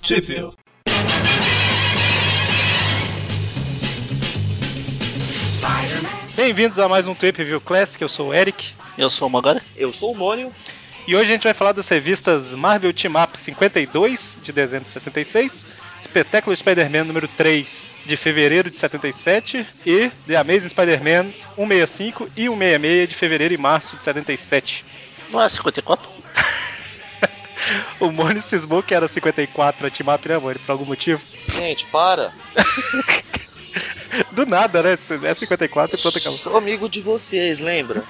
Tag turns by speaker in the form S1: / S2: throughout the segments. S1: possível. Bem-vindos a mais um Tape Review Classic, eu sou o Eric.
S2: Eu sou o Magari.
S3: Eu sou o Mônio.
S1: E hoje a gente vai falar das revistas Marvel Team Up 52, de dezembro de 76, Espetáculo Spider-Man número 3, de fevereiro de 77, e The Amazing Spider-Man 165 e 166, de fevereiro e março de 77.
S2: Não é 54?
S1: O Mônio cismou que era 54 a Team Up, né, Mônio, por algum motivo.
S3: Gente, para.
S1: Do nada, né? É 54 e pronto, acabou.
S3: Sou amigo de vocês, lembra?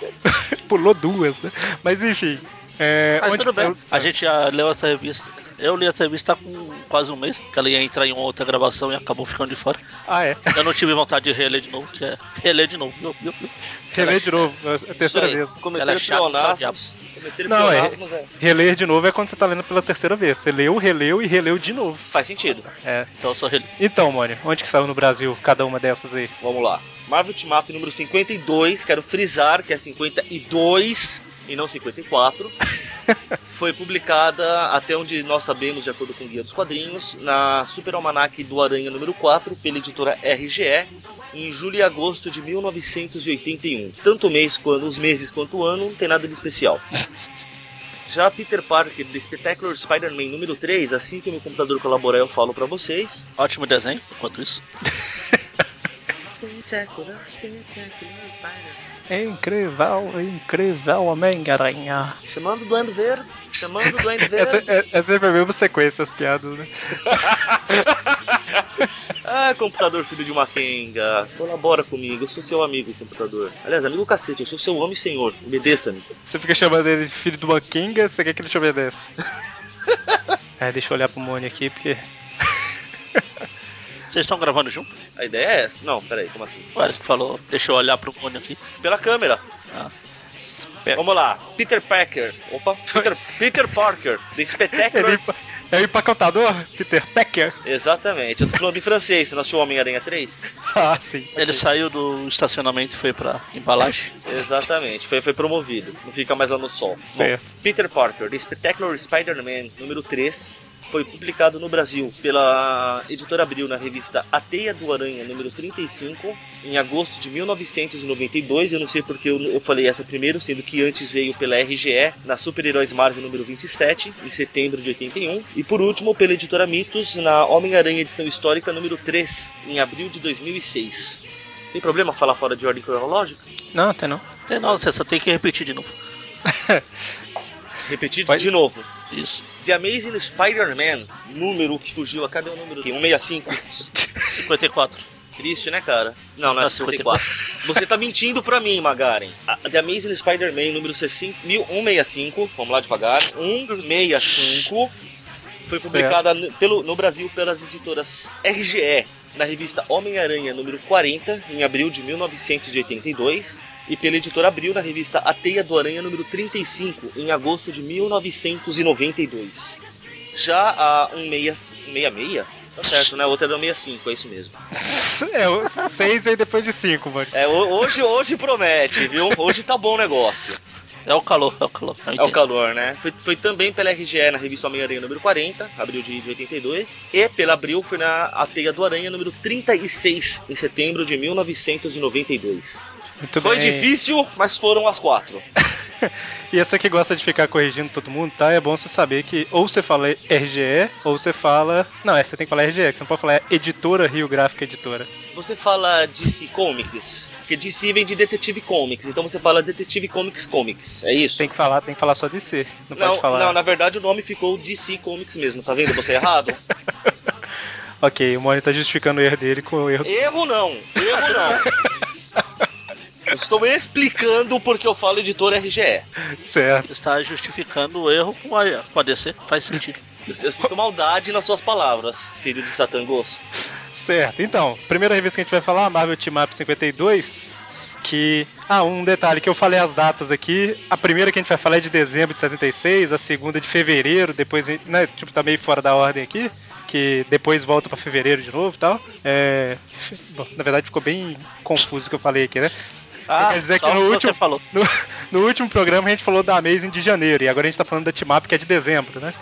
S1: Pulou duas, né? Mas enfim. É,
S2: Mas
S1: onde
S2: tudo
S1: que
S2: bem.
S1: saiu-
S2: A gente já leu essa revista. Eu li essa revista com quase um mês, que ela ia entrar em uma outra gravação e acabou ficando de fora.
S1: Ah, é.
S2: Eu não tive vontade de reler de novo, que é reler de novo, viu? viu, viu?
S1: Reler de novo, é a terceira
S3: Isso aí,
S1: vez.
S2: Ela é
S3: Cometer
S2: chata,
S3: pleonasmos. Cometer
S1: Não, é.
S3: pleonasmos é.
S1: Reler de novo é quando você tá lendo pela terceira vez. Você leu, releu e releu de novo.
S3: Faz sentido.
S1: É.
S2: Então eu só reli.
S1: Então, Mônio, onde que saiu no Brasil cada uma dessas aí?
S3: Vamos lá. Marvel Team Up número 52, quero frisar que é 52 e não 54. Foi publicada, até onde nós sabemos, de acordo com o Guia dos Quadrinhos, na Super Almanac do Aranha número 4, pela editora RGE, em julho e agosto de 1981. Tanto o mês, quanto, os meses quanto o ano, não tem nada de especial. Já Peter Parker, The Spectacular Spider-Man número 3, assim que o meu computador colaborar, eu falo pra vocês.
S2: Ótimo desenho, enquanto isso.
S3: Spectacular, Spectacular Spider-Man.
S1: É incrível, incrível, Homem-Aranha.
S3: Chamando o Duende Verde. Chamando o Duende
S1: É,
S3: Verde.
S1: se- é, é sempre a mesma sequência as piadas, né?
S3: ah, computador filho de uma Kenga. Colabora comigo, eu sou seu amigo, computador. Aliás, amigo cacete, eu sou seu homem e senhor. Obedeça-me.
S1: Você fica chamando ele de filho do Mankinga, você quer que ele te obedeça. é, deixa eu olhar pro Mônio aqui, porque.
S2: Vocês estão gravando junto?
S3: A ideia é essa? Não, peraí, como assim?
S2: O Eric falou, deixa eu olhar pro Mônio aqui.
S3: Pela câmera.
S2: Ah,
S1: Espera.
S3: Vamos lá. Peter Parker. Opa. Peter, Peter Parker. The
S1: Ele
S3: Spectacular.
S1: empa- é o empacotador, Peter Pecker.
S3: Exatamente. Eu tô falando em francês. Você não assistiu Homem-Aranha 3?
S1: Ah, sim.
S2: ele saiu do estacionamento e foi pra embalagem.
S3: Exatamente. Foi, foi promovido. Não fica mais lá no sol.
S2: é
S3: Bom,
S1: Certo.
S3: Peter Parker, The Spectacular Spider-Man, número 3, foi publicado no Brasil pela editora Abril na revista A Teia do Aranha, número 35, em agosto de 1992. Eu não sei porque eu, eu falei essa primeiro, sendo que antes veio pela RGE, na Super Heróis Marvel, número 27, em setembro de 81. E por último, pela editora Mitos, na Homem-Aranha, edição histórica, número 3, em abril de 2006. Tem problema falar fora de ordem cronológica?
S1: Não, tem não.
S2: Tem não, você só tem que repetir de novo.
S3: Repetir
S1: Pode-
S3: de novo.
S2: Isso.
S3: The Amazing Spider-Man, número que um fugiu, cadê o número? Aqui, 165.
S2: 54.
S3: Triste, né, cara? Não, não é
S2: Ah,
S3: 54. Você tá mentindo pra mim, Magaren. A- The Amazing Spider-Man, número 60 mil- 165, vamos lá devagar, 165, foi publicada no, pelo, no Brasil pelas editoras RGE, na revista Homem-Aranha, número 40, em abril de 1982, e pela editora Abril, na revista A Teia do Aranha, número 35, em agosto de 1992. Já a 166, 166? Tá certo, né? A outra era 165, é isso mesmo.
S1: É, o seis vem depois de cinco, Mônio.
S3: É, ho- hoje, hoje promete, viu? Hoje tá bom o negócio.
S2: É o calor, é o calor. Eu
S3: É o
S2: entendo.
S3: calor, né? Foi, foi também pela RGE na revista Homem-Aranha número 40, abril de, de 82. E pela Abril foi na A Teia do Aranha número 36, em setembro de 1992.
S1: Muito
S3: foi
S1: bem.
S3: difícil, mas foram as quatro.
S1: E essa que gosta de ficar corrigindo todo mundo, tá? É bom você saber que ou você fala RGE, ou você fala. Não, é, você tem que falar RGE, que você não pode falar editora Rio Gráfica Editora.
S3: Você fala DC Comics, porque DC vem de Detetive Comics, então você fala Detetive Comics Comics, é isso?
S1: Tem que falar, tem que falar só DC. Não,
S3: Não,
S1: pode falar.
S3: não, na verdade o nome ficou DC Comics mesmo, tá vendo? Você é errado?
S1: Ok, o Mônio tá justificando o erro dele com o erro.
S3: Erro não, erro não. Eu Estou explicando porque eu falo editor RGE.
S1: Certo.
S2: Está justificando o erro com a, com a DC. Faz sentido.
S3: Eu sinto maldade nas suas palavras, filho de Satangos.
S1: Certo, então, primeira revista que a gente vai falar, Marvel Team Up 52, que... Ah, um detalhe, que eu falei as datas aqui, a primeira que a gente vai falar é de dezembro de 76, a segunda é de fevereiro, depois, né, tipo, tá meio fora da ordem aqui, que depois volta pra fevereiro de novo e tal. É... Bom, na verdade ficou bem confuso o que eu falei aqui, né?
S2: Ah,
S1: quer dizer
S2: só
S1: que no
S2: o
S1: último-
S2: você falou.
S1: No, no último programa a gente falou da Amazing de janeiro, e agora a gente tá falando da Team Up, que é de dezembro, né?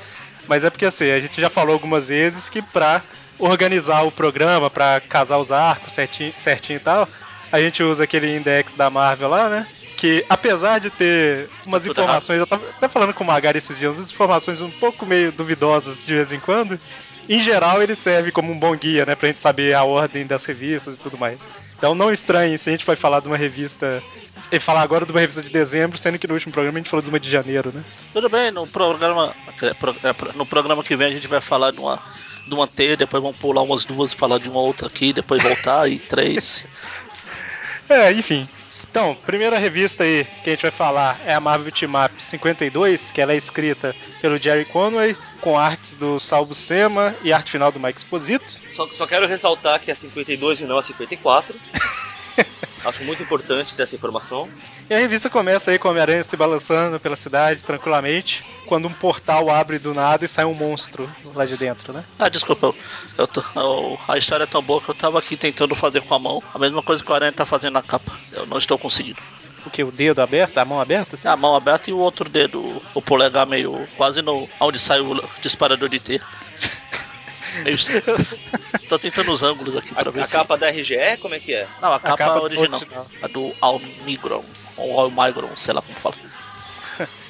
S1: Mas é porque assim, a gente já falou algumas vezes que pra organizar o programa, pra casar os arcos certinho, certinho e tal, a gente usa aquele index da Marvel lá, né? Que apesar de ter umas
S2: Tudo
S1: informações, eu tava até falando com o Magari esses dias, umas informações um pouco meio duvidosas de vez em quando, em geral ele serve como um bom guia, né? Pra gente saber a ordem das revistas e tudo mais. Então não estranhe se a gente vai falar de uma revista. E falar agora de uma revista de dezembro, sendo que no último programa a gente falou de uma de janeiro, né?
S2: Tudo bem, no programa, é, no programa que vem a gente vai falar de uma, de uma T, depois vamos pular umas duas e falar de uma outra aqui, depois voltar e três.
S1: É, enfim. Então, primeira revista aí que a gente vai falar é a Marvel Team Up 52, que ela é escrita pelo Jerry Conway, com artes do Sal Buscema e arte final do Mike Exposito.
S3: Só, só quero ressaltar que é 52 e não é 54. Acho muito importante ter essa informação.
S1: E a revista começa aí com o Homem-Aranha se balançando pela cidade tranquilamente, quando um portal abre do nada e sai um monstro lá de dentro, né?
S2: Ah, desculpa, eu, eu tô- eu- a história é tão boa que eu tava aqui tentando fazer com a mão, a mesma coisa que o Aranha tá fazendo na capa. Eu não estou conseguindo.
S1: O que? O dedo aberto? A mão aberta? assim?
S2: A mão aberta e o outro dedo, o polegar meio quase no. onde sai o disparador de T. Meio estranho. Tô tentando os ângulos aqui
S3: A,
S2: pra ver
S3: a
S2: se.
S3: capa da RGE, como é que é?
S2: Não, a capa,
S1: capa do
S2: original.
S1: original.
S2: A do Almigron. Ou Almigron, sei lá como fala.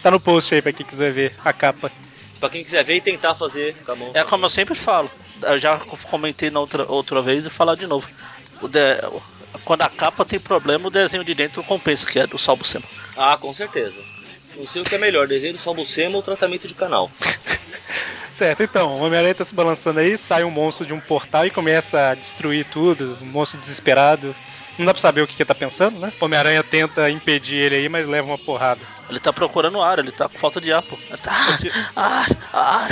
S1: Tá no post aí pra quem quiser ver a capa.
S3: Pra quem quiser ver e tentar fazer com a mão.
S2: É como eu sempre falo. Eu já comentei na outra, outra vez e falar de novo. O de- o- Quando a capa tem problema, o desenho de dentro compensa, que é do Salvo Sema.
S3: Ah, com certeza. Não sei o que é melhor, desenho do Salbucema ou tratamento de canal.
S1: Certo, então, o Homem-Aranha tá se balançando aí, sai um monstro de um portal e começa a destruir tudo, um monstro desesperado. Não dá pra saber o que, que ele tá pensando, né? O Homem-Aranha tenta impedir ele aí, mas leva uma porrada.
S2: Ele tá procurando ar, ele tá com falta de ar, pô. Ele tá, ar, ar.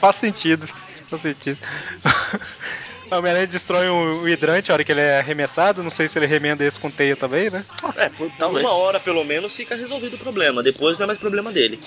S1: Faz sentido. Faz sentido. O Homem-Aranha destrói o o hidrante a hora que ele é arremessado. Não sei se ele remenda esse com teia também, né?
S3: É, por, por
S2: Talvez.
S3: uma hora pelo menos fica resolvido o problema. Depois não é mais problema dele.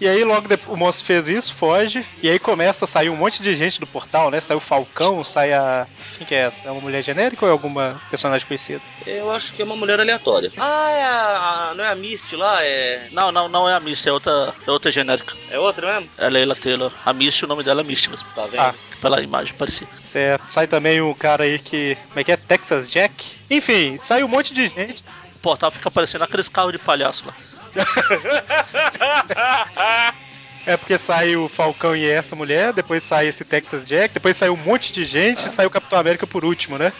S1: E aí logo depois, o monstro fez isso, foge. E aí começa a sair um monte de gente do portal, né? Sai o Falcão, sai a. Quem que é essa? É uma mulher genérica ou é alguma personagem conhecida?
S3: Eu acho que é uma mulher aleatória. Ah, é a, a- não é a Mist lá? É,
S2: Não, não, não é a Misty, é outra, é outra genérica.
S3: é outra mesmo?
S2: É a Leila Taylor. A Misty, o nome dela é Misty mesmo.
S3: Tá vendo?
S1: Ah,
S2: Pela imagem, parecia.
S1: Certo, sai também o cara aí que. Como é que é? Texas Jack? Enfim, sai um monte de gente.
S2: O portal fica parecendo aqueles carros de palhaço lá.
S1: É porque sai o Falcão e essa mulher, depois sai esse Texas Jack, depois sai um monte de gente e sai o Capitão América por último, né?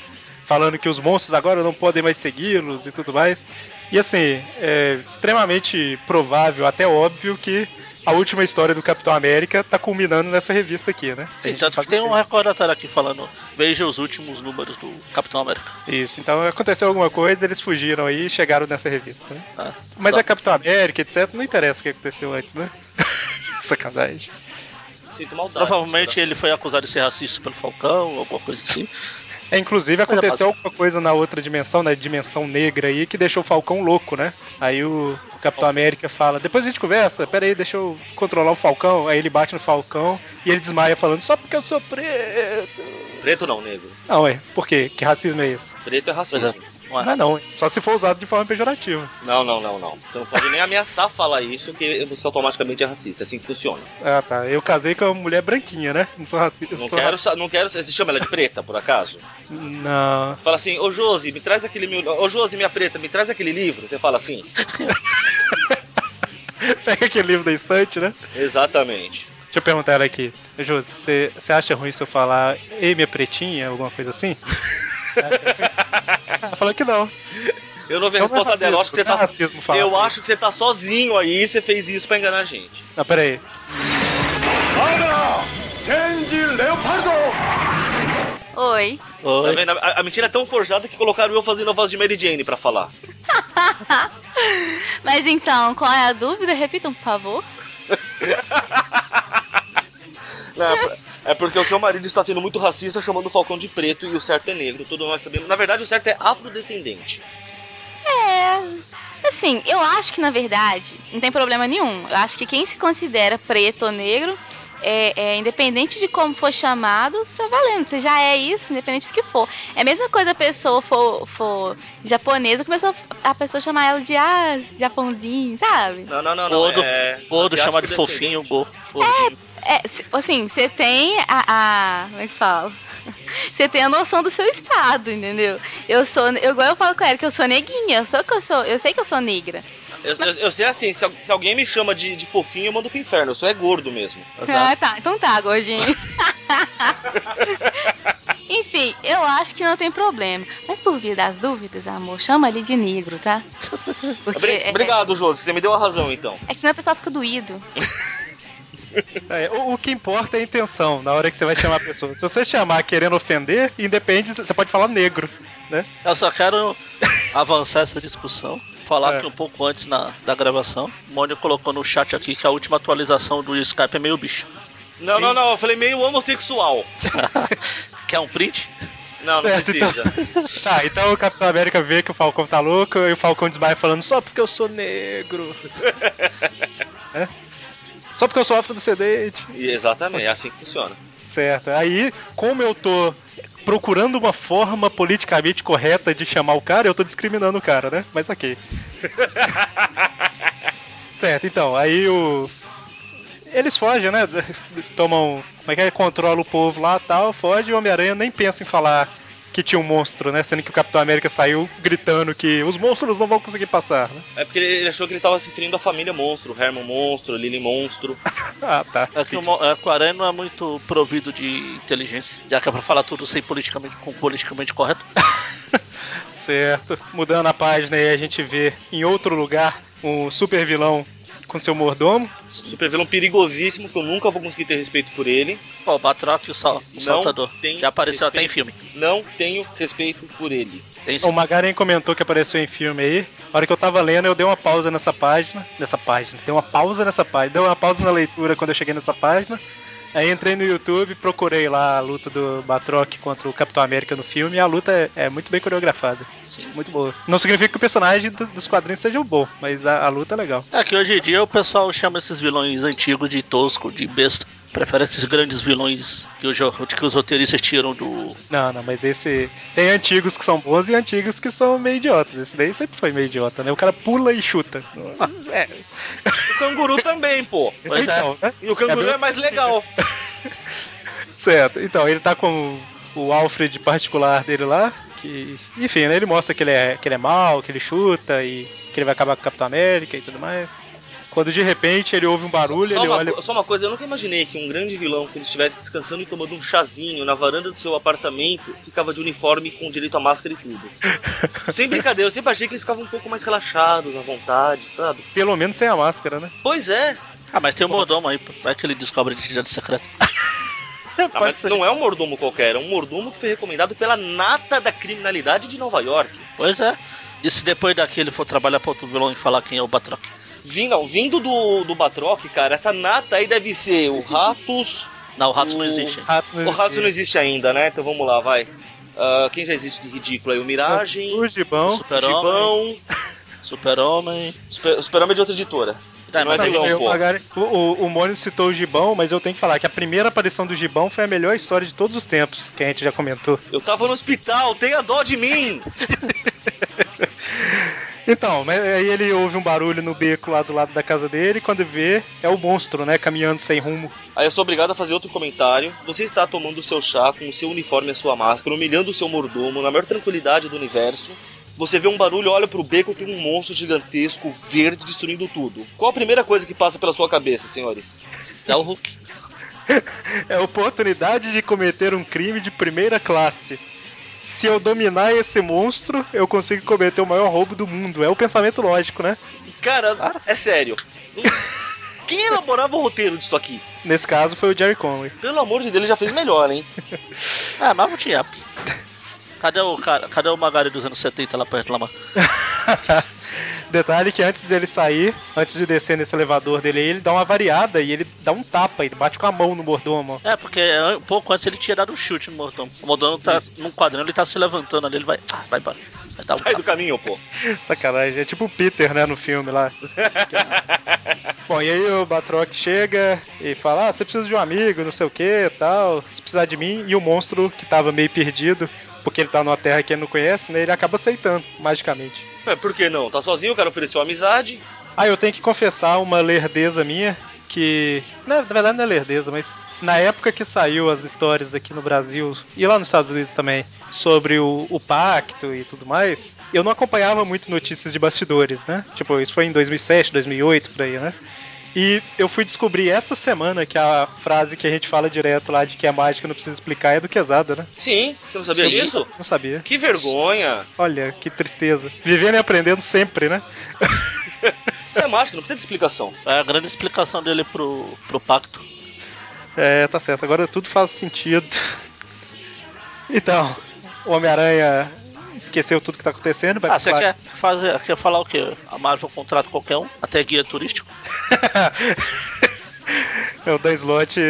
S1: Falando que os monstros agora não podem mais segui-los e tudo mais. E assim, é extremamente provável, até óbvio, que a última história do Capitão América tá culminando nessa revista aqui, né?
S2: Sim, tanto que tem um recordatório aqui falando: veja os últimos números do Capitão América. né?
S1: Isso, então aconteceu alguma coisa, eles fugiram aí e chegaram nessa revista, né?
S2: Ah,
S1: Mas
S2: só-
S1: é Capitão América, etc. Não interessa o que aconteceu antes, né? Sacanagem.
S3: Sinto maldade.
S2: Provavelmente ele foi acusado de ser racista pelo Falcão, alguma coisa assim.
S1: É, inclusive
S2: Coisa
S1: aconteceu
S2: básica.
S1: alguma coisa na outra dimensão, na dimensão negra aí, que deixou o Falcão louco, né? Aí o, o Capitão América fala: depois a gente conversa, pera aí, deixa eu controlar o Falcão. Aí ele bate no Falcão e ele desmaia, falando: só porque eu sou preto.
S3: Preto não, negro.
S1: Não, é, por quê? Que racismo é esse?
S3: Preto é racismo.
S2: Não é?
S1: Não, é não, é. só se for usado de forma pejorativa.
S3: Não, não, não, não. Você não pode nem ameaçar falar isso, que você automaticamente é racista. É assim que funciona.
S1: Ah, tá. Eu casei com uma mulher branquinha, né? Não sou racista.
S3: Não
S1: sou
S3: quero, sa- não quero. Você chama ela de preta, por acaso?
S1: raci- Não.
S3: Fala assim, ô Josi, me traz aquele. meu- Ô Josi, minha preta, me traz aquele livro. Você fala assim.
S1: Pega aquele livro da estante, né?
S3: Exatamente.
S1: Deixa eu perguntar ela aqui. Josi, você você acha ruim se eu falar Ei, minha pretinha, alguma coisa assim? ela falou que não.
S3: Eu não vi a
S1: Não é
S3: resposta dela. Eu acho que você
S1: racismo,
S3: tá.
S1: não é racismo falar
S3: eu
S1: tudo.
S3: acho que você tá sozinho aí e você fez isso pra enganar a gente.
S1: Não, peraí.
S4: Oi.
S3: Tá
S2: Oi.
S3: vendo? A, a mentira é tão forjada que colocaram eu fazendo a voz de Mary Jane pra falar.
S4: Mas então, qual é a dúvida? Repitam, por favor.
S3: Não, é por- é porque o seu marido está sendo muito racista chamando o Falcão de preto e o certo é negro. Todos nós sabemos. Na verdade, o certo é afrodescendente.
S4: É. Assim, eu acho que na verdade não tem problema nenhum. Eu acho que quem se considera preto ou negro é, é, independente de como for chamado, tá valendo. Você já é isso, independente do que for. É a mesma coisa a pessoa for, for japonesa, começou a pessoa chamar ela de ah, japãozinho, sabe?
S3: Não, não, não. não
S2: Gordo,
S3: é...
S2: gordo
S3: asiático
S2: chamado de
S3: descendente.
S2: fofinho, go- gordinho.
S4: É, c- assim, você tem a, a- Como é que fala? Você tem a noção do seu estado, entendeu? Eu sou. Eu, igual eu falo com ela, que eu sou neguinha. Eu, sou que eu, sou, eu sei que eu sou negra.
S3: Eu, eu, eu sei assim, se, al- se alguém me chama de, de fofinho, eu mando pro inferno. Eu sou é gordo mesmo.
S4: Ah, tá. Então tá, gordinho. Enfim, eu acho que não tem problema. Mas por via das dúvidas, amor, chama ele de negro, tá? Porque
S3: Obri-
S4: é-
S3: Obrigado, Josi. Você me deu a razão, então.
S4: É que senão o pessoal fica doído.
S1: É, o, o que importa é a intenção na hora que você vai chamar a pessoa. Se você chamar querendo ofender, independe, você pode falar negro, né?
S2: Eu só quero avançar essa discussão. Falar
S1: É.
S2: que um pouco antes na, da gravação, o Mônio colocou no chat aqui que a última atualização do Skype é meio bicho.
S3: Não, não, não. Eu falei meio homossexual.
S2: Quer um print?
S3: Não, não
S1: Certo,
S3: precisa.
S1: Tá, então o Capitão América vê que o Falcão tá louco e o Falcão desmaia falando só porque eu sou negro. É? Só porque eu sou afrodescendente.
S3: E Exatamente, é assim que funciona.
S1: Certo. Aí, como eu tô procurando uma forma politicamente correta de chamar o cara, eu tô discriminando o cara, né? Mas ok. certo, então, aí o. Eles fogem, né? Tomam. Como é que é? Controla o povo lá tal, foge e o Homem-Aranha nem pensa em falar que tinha um monstro, né? Sendo que o Capitão América saiu gritando que os monstros não vão conseguir passar, né?
S3: É porque ele ele achou que ele tava se referindo à família monstro, Herman monstro, Lily monstro.
S1: Ah, tá.
S2: É que o, Mo- é que o Aranha não é muito provido de inteligência. Já que é pra falar tudo sem politicamente, com politicamente correto.
S1: Certo. Mudando a página aí, a gente vê em outro lugar um super vilão com seu mordomo.
S3: Super vilão perigosíssimo que eu nunca vou conseguir ter respeito por ele.
S2: Ó, o Batroc e o, sal, o
S3: Não
S2: Saltador.
S3: tem
S2: Já apareceu até em
S3: respeito.
S2: filme.
S3: Não tenho respeito por ele.
S2: Tem sim.
S1: O Magaren comentou que apareceu em filme aí. A hora que eu tava lendo, eu dei uma pausa nessa página. Nessa página. Dei uma pausa nessa página. Dei uma pausa na leitura quando eu cheguei nessa página. Aí entrei no YouTube, procurei lá a luta do Batroc contra o Capitão América no filme. E a luta é, é muito bem coreografada.
S2: sim.
S1: Muito boa. Não significa que o personagem do- dos quadrinhos seja bom, mas a, a luta é legal.
S2: É que hoje em dia o pessoal chama esses vilões antigos de tosco, de besta. Prefere esses grandes vilões que, o jo- que os roteiristas tiram do.
S1: Não, não, mas esse. Tem antigos que são bons e antigos que são meio idiotas. Esse daí sempre foi meio idiota, né? O cara pula e chuta.
S3: O canguru também, pô.
S2: Pois é.
S1: então, né?
S3: E o canguru
S1: É
S3: Ah, é mais legal.
S1: Certo, então ele tá com o Alfred particular dele lá, que. Enfim, né? Ele mostra que ele é, que ele é mal, que ele chuta e que ele vai acabar com o Capitão América e tudo mais. Quando de repente ele ouve um barulho,
S3: Só
S1: ele
S3: uma,
S1: olha.
S3: co- só uma coisa, eu nunca imaginei que um grande vilão, quando estivesse descansando e tomando um chazinho na varanda do seu apartamento, ficava de uniforme com direito à máscara e tudo. Sem brincadeira, eu sempre achei que eles ficavam um pouco mais relaxados, à vontade, sabe?
S1: Pelo menos sem a máscara, né?
S3: Pois é,
S2: Ah, mas tem o mordomo aí, vai que ele descobre a identidade secreta.
S3: Ah,
S1: Pode
S3: mas
S1: ser.
S3: não é um mordomo qualquer, é um mordomo que foi recomendado pela nata da criminalidade de Nova York.
S2: Pois é. E se depois daqui ele for trabalhar pra outro vilão e falar quem é o Batroc?
S3: Vindo, não, vindo do, do Batroc, cara, essa nata aí deve ser o Ratos.
S2: Não, o rato não
S3: O-
S2: existe. ainda.
S1: Rato né? É,
S3: O Ratos não
S1: existe.
S3: existe ainda, né? Então vamos lá, vai. Ah, quem já existe de ridículo aí? O né? Miragem, o
S1: O Gibão.
S2: Super-Homem,
S3: Gibão,
S2: Super-Homem.
S3: Super- Super-Homem é de outra editora.
S2: Não,
S3: Não é
S2: mas
S3: vilão.
S1: Eu,
S3: pô.
S1: Magari- o, o, o Mônio citou o Gibão, mas eu tenho que falar que a primeira aparição do Gibão foi a melhor história de todos os tempos, que a gente já comentou.
S3: Eu tava no hospital, tenha dó de mim!
S1: Então, mas aí ele ouve um barulho no beco lá do lado da casa dele, e quando vê, é o monstro, né? Caminhando sem rumo.
S3: Aí eu sou obrigado a fazer outro comentário. Você está tomando o seu chá com o seu uniforme e a sua máscara, humilhando o seu mordomo na maior tranquilidade do universo. Você vê um barulho, olha pro beco, tem um monstro gigantesco, verde, destruindo tudo. Qual a primeira coisa que passa pela sua cabeça, senhores?
S2: É o Hulk.
S1: É a oportunidade de cometer um crime de primeira classe. Se eu dominar esse monstro, eu consigo cometer o maior roubo do mundo. É o pensamento lógico, né?
S3: Cara, é sério. Quem elaborava o roteiro disso aqui?
S1: Nesse caso foi o Jerry Conway.
S3: Pelo amor de Deus, ele já fez melhor, hein?
S2: Ah, mas vou te up. Cadê o, cara, cadê o Magari dos anos 70 lá pra reclamar?
S1: Detalhe que antes dele sair, antes de descer nesse elevador dele, aí, ele dá uma variada e ele dá um tapa, ele bate com a mão no mordomo.
S2: É, porque é, um pouco antes ele tinha dado um chute no Mordomo. O Mordomo tá num quadrão, ele tá se levantando ali, ele vai. Ah, vai embora. Vai dar um
S3: Sai
S2: tapa.
S3: do caminho, pô.
S1: Sacanagem, é tipo o Peter, né, no filme lá. Bom, e aí o Batroc chega e fala: Ah, você precisa de um amigo, não sei o que tal, se precisar de mim. E o monstro, que tava meio perdido, porque ele tá numa terra que ele não conhece, né? Ele acaba aceitando, magicamente.
S3: É, por que não? Tá sozinho, o cara ofereceu amizade.
S1: Ah, eu tenho que confessar uma lerdeza minha, que. Na, na verdade não é lerdeza, mas na época que saiu as histórias aqui no Brasil e lá nos Estados Unidos também, sobre o, o pacto e tudo mais, eu não acompanhava muito notícias de bastidores, né? Tipo, isso foi em 2007, 2008, por aí, né? E eu fui descobrir essa semana que a frase que a gente fala direto lá de que a mágica não precisa explicar é do quesada, né?
S3: Sim, você não sabia
S1: Sim.
S3: disso?
S1: Não sabia.
S3: Que vergonha.
S1: Olha, que tristeza. Vivendo e aprendendo sempre, né?
S3: Isso é mágica, não precisa de explicação.
S2: É a grande explicação dele pro, pro pacto.
S1: É, tá certo. Agora tudo faz sentido. Então, o Homem-Aranha esqueceu tudo que tá acontecendo. Vai
S2: Ah, você
S1: pra-
S2: quer, fazer, quer falar o quê? A Marvel contrata qualquer um, até guia turístico.
S1: É, o Dan Slott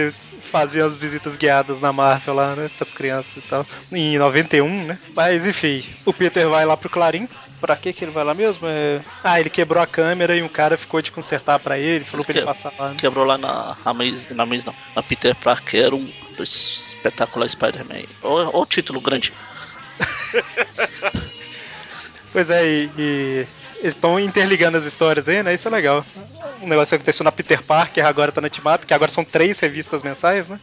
S1: fazia as visitas guiadas na Marvel lá, né? Pras crianças e tal. Em 91, né? Mas enfim, o Peter vai lá pro Clarim. Pra que que ele vai lá mesmo? É... Ah, ele quebrou a câmera e um cara ficou de consertar pra ele, falou pra ele
S2: Que-
S1: passar lá. né?
S2: Quebrou lá na, na Miz, na Miz não, na Peter Parker, um do espetacular Spider-Man. Ou, ou título grande.
S1: Pois é, e, e eles estão interligando as histórias aí, né? Isso é legal. Um negócio que aconteceu na Peter Parker, agora tá na Timap, que agora são três revistas mensais, né?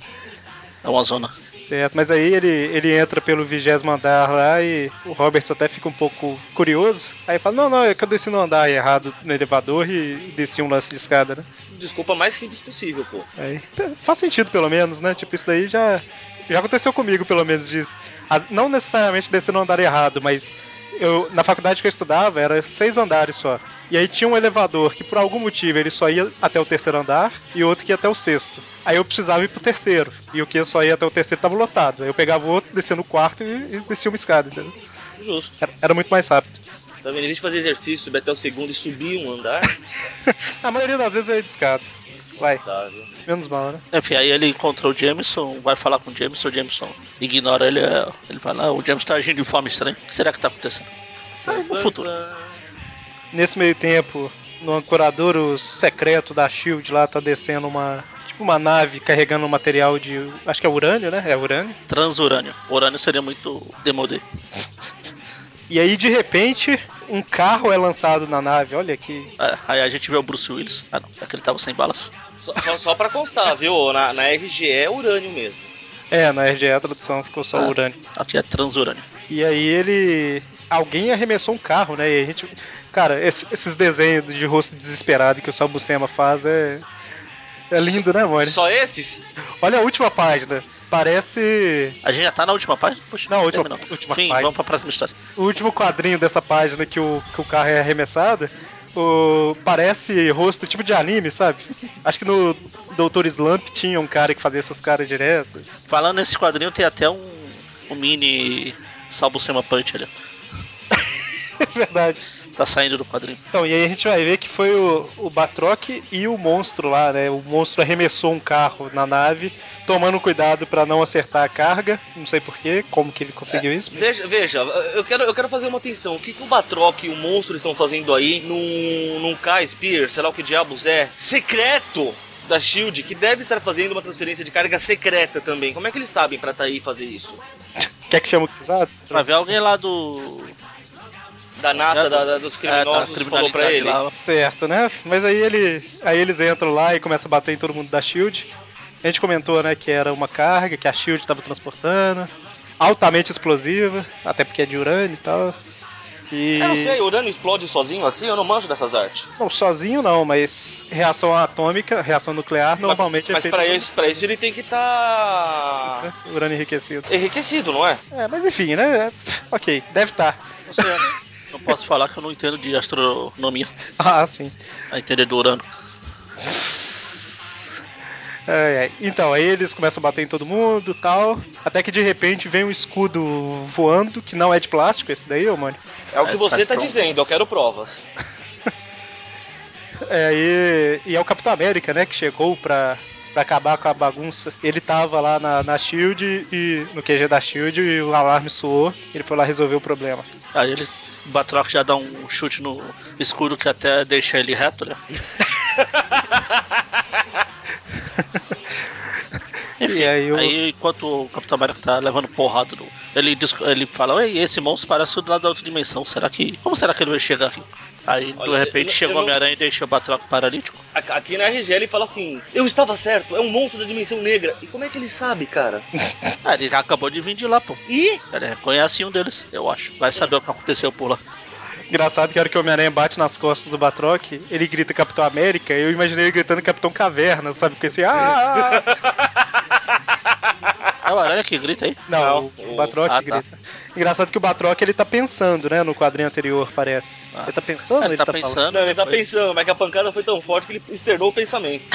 S2: É uma zona.
S1: Certo, mas aí ele, ele entra pelo vigésimo andar lá e o Roberts até fica um pouco curioso. Aí fala, não, não, é que eu desci no andar errado no elevador e desci um lance de escada, né?
S3: Desculpa mais simples possível, pô.
S1: Aí, tá- faz sentido pelo menos, né? Tipo, isso daí já, já aconteceu comigo, pelo menos, disso. As- não necessariamente descer no andar errado, mas eu, na faculdade que eu estudava era seis andares só. E aí tinha um elevador que por algum motivo ele só ia até o terceiro andar e outro que ia até o sexto. Aí eu precisava ir pro terceiro. E o que só ia até o terceiro tava lotado. Aí eu pegava o outro, descia no quarto e, e descia uma escada, entendeu?
S3: Justo.
S1: Era, era muito mais rápido.
S3: Tá vendo? Em vez de fazer exercício, subir até o segundo e subir um andar.
S1: A maioria das vezes eu ia de escada. Vai,
S3: tá, viu?
S1: menos mal, né?
S2: Enfim, aí ele encontrou o Jameson, vai falar com o Jameson, o Jameson ignora ele, é, ele fala, ah, o Jameson tá agindo de forma estranha. O que será que tá acontecendo? Ah, no futuro.
S1: Nesse meio tempo, no ancoradouro secreto da Shield lá tá descendo uma. Tipo uma nave carregando um material de. Acho que é urânio, né? É urânio.
S2: Transurânio. Urânio seria muito demodê.
S1: E aí de repente um carro é lançado na nave. Olha que.
S2: É, aí a gente vê o Bruce Willis. Ah não, é que ele tava sem balas.
S3: Só, só, só pra constar, viu? Na, na RGE é urânio mesmo.
S1: É, na RGE a tradução ficou só
S2: Ah.
S1: urânio.
S2: Aqui é transurânio.
S1: E aí ele. Alguém arremessou um carro, né? E a gente. Cara, esse- esses desenhos de rosto desesperado que o Salbucema faz é. É lindo, né, Mônica?
S3: Só esses?
S1: Olha a última página. Parece.
S2: A gente já tá na última página? Poxa,
S1: Não, última-
S2: terminou.
S1: última
S2: Enfim,
S1: página.
S2: vamos pra próxima história.
S1: o último quadrinho dessa página que o, que o carro é arremessado, o- parece rosto tipo de anime, sabe? Acho que no Doutor Slump tinha um cara que fazia essas caras direto.
S2: Falando nesse quadrinho, tem até um, um mini Salbucema Punch ali.
S1: É verdade.
S2: Tá saindo do quadrinho.
S1: Então, e aí a gente vai ver que foi o, o Batroc e o monstro lá, né? O monstro arremessou um carro na nave, tomando cuidado pra não acertar a carga. Não sei porquê, como que ele conseguiu isso.
S3: Veja, veja eu, quero, eu quero fazer uma atenção. O que, que o Batroc e o monstro estão fazendo aí num, num Kai Spear, sei lá o que diabos é, secreto da Shield, que deve estar fazendo uma transferência de carga secreta também. Como é que eles sabem pra tá aí fazer isso?
S1: Quer que chame o Kizado?
S2: Vai ver alguém lá do.
S3: Da nata, da, da- dos
S2: é,
S3: criminosos,
S2: da
S3: falou pra
S2: criminalidade
S3: ele.
S2: lá.
S1: Certo, né? Mas aí ele. Aí eles entram lá e começam a bater em todo mundo da Shield. A gente comentou, né, que era uma carga que a Shield estava transportando, altamente explosiva, até porque é de urânio e tal. E
S3: Eu não sei, o urânio explode sozinho assim? Eu não manjo dessas artes.
S1: Não, sozinho não, mas reação atômica, reação nuclear normalmente
S3: mas
S1: é
S3: pra
S1: feita
S3: isso, pra isso ele tem que estar tá
S1: com urânio enriquecido.
S3: enriquecido, não é?
S1: É, mas enfim, né? é, Ok, deve tá. estar.
S2: Não sei, eu não posso falar que eu não entendo de astronomia.
S1: Ah, sim.
S2: A entender do Urano.
S1: É, é. Então, aí eles começam a bater em todo mundo tal. Até que de repente vem um escudo voando, que não é de plástico, esse daí, ô mano.
S3: É o que
S2: Mas
S3: você
S2: faz
S3: tá
S2: pronto.
S3: dizendo, eu quero provas.
S1: É, e, e é o Capitão América, né, que chegou pra, pra acabar com a bagunça. Ele tava lá na, na Shield e no QG da Shield e o alarme soou. Ele foi lá resolver o problema.
S2: Aí eles. O Batroc já dá um chute no escuro que até deixa ele reto, né? Enfim,
S1: E aí
S2: aí,
S1: o-
S2: enquanto o Capitão América tá levando porrada, do- ele, diz- ele fala, Ei, esse monstro parece o do lado da outra dimensão, será que... Como será que ele vai chegar aqui? Aí,
S3: Olha,
S2: de
S3: eu-
S2: repente,
S3: eu
S2: chegou o
S3: não-
S2: Homem-Aranha e deixou o Batraco paralítico.
S3: A- Aqui na RG ele fala assim: Eu estava certo, é um monstro da dimensão negra. E como é que ele sabe, cara?
S2: Ah, ele acabou de vir de lá, pô.
S3: E
S2: Ele reconhece um deles, eu acho. Vai saber o que aconteceu por lá.
S1: Engraçado que a hora que o Homem-Aranha bate nas costas do Batroc, ele grita Capitão América, eu imaginei ele gritando Capitão Caverna, sabe? Porque assim, ah! ah, ah."
S2: É o Aranha que grita aí.
S1: Não,
S3: Não,
S1: o
S3: o-
S1: Batroc
S2: ah, tá.
S1: grita. Engraçado que o Batroc ele tá pensando, né? No quadrinho anterior, parece.
S2: Ah.
S1: Ele tá pensando?
S2: ele tá,
S1: falando?
S2: pensando.
S3: Não, ele tá
S2: depois-
S3: pensando, mas que a pancada foi tão forte que ele externou o pensamento.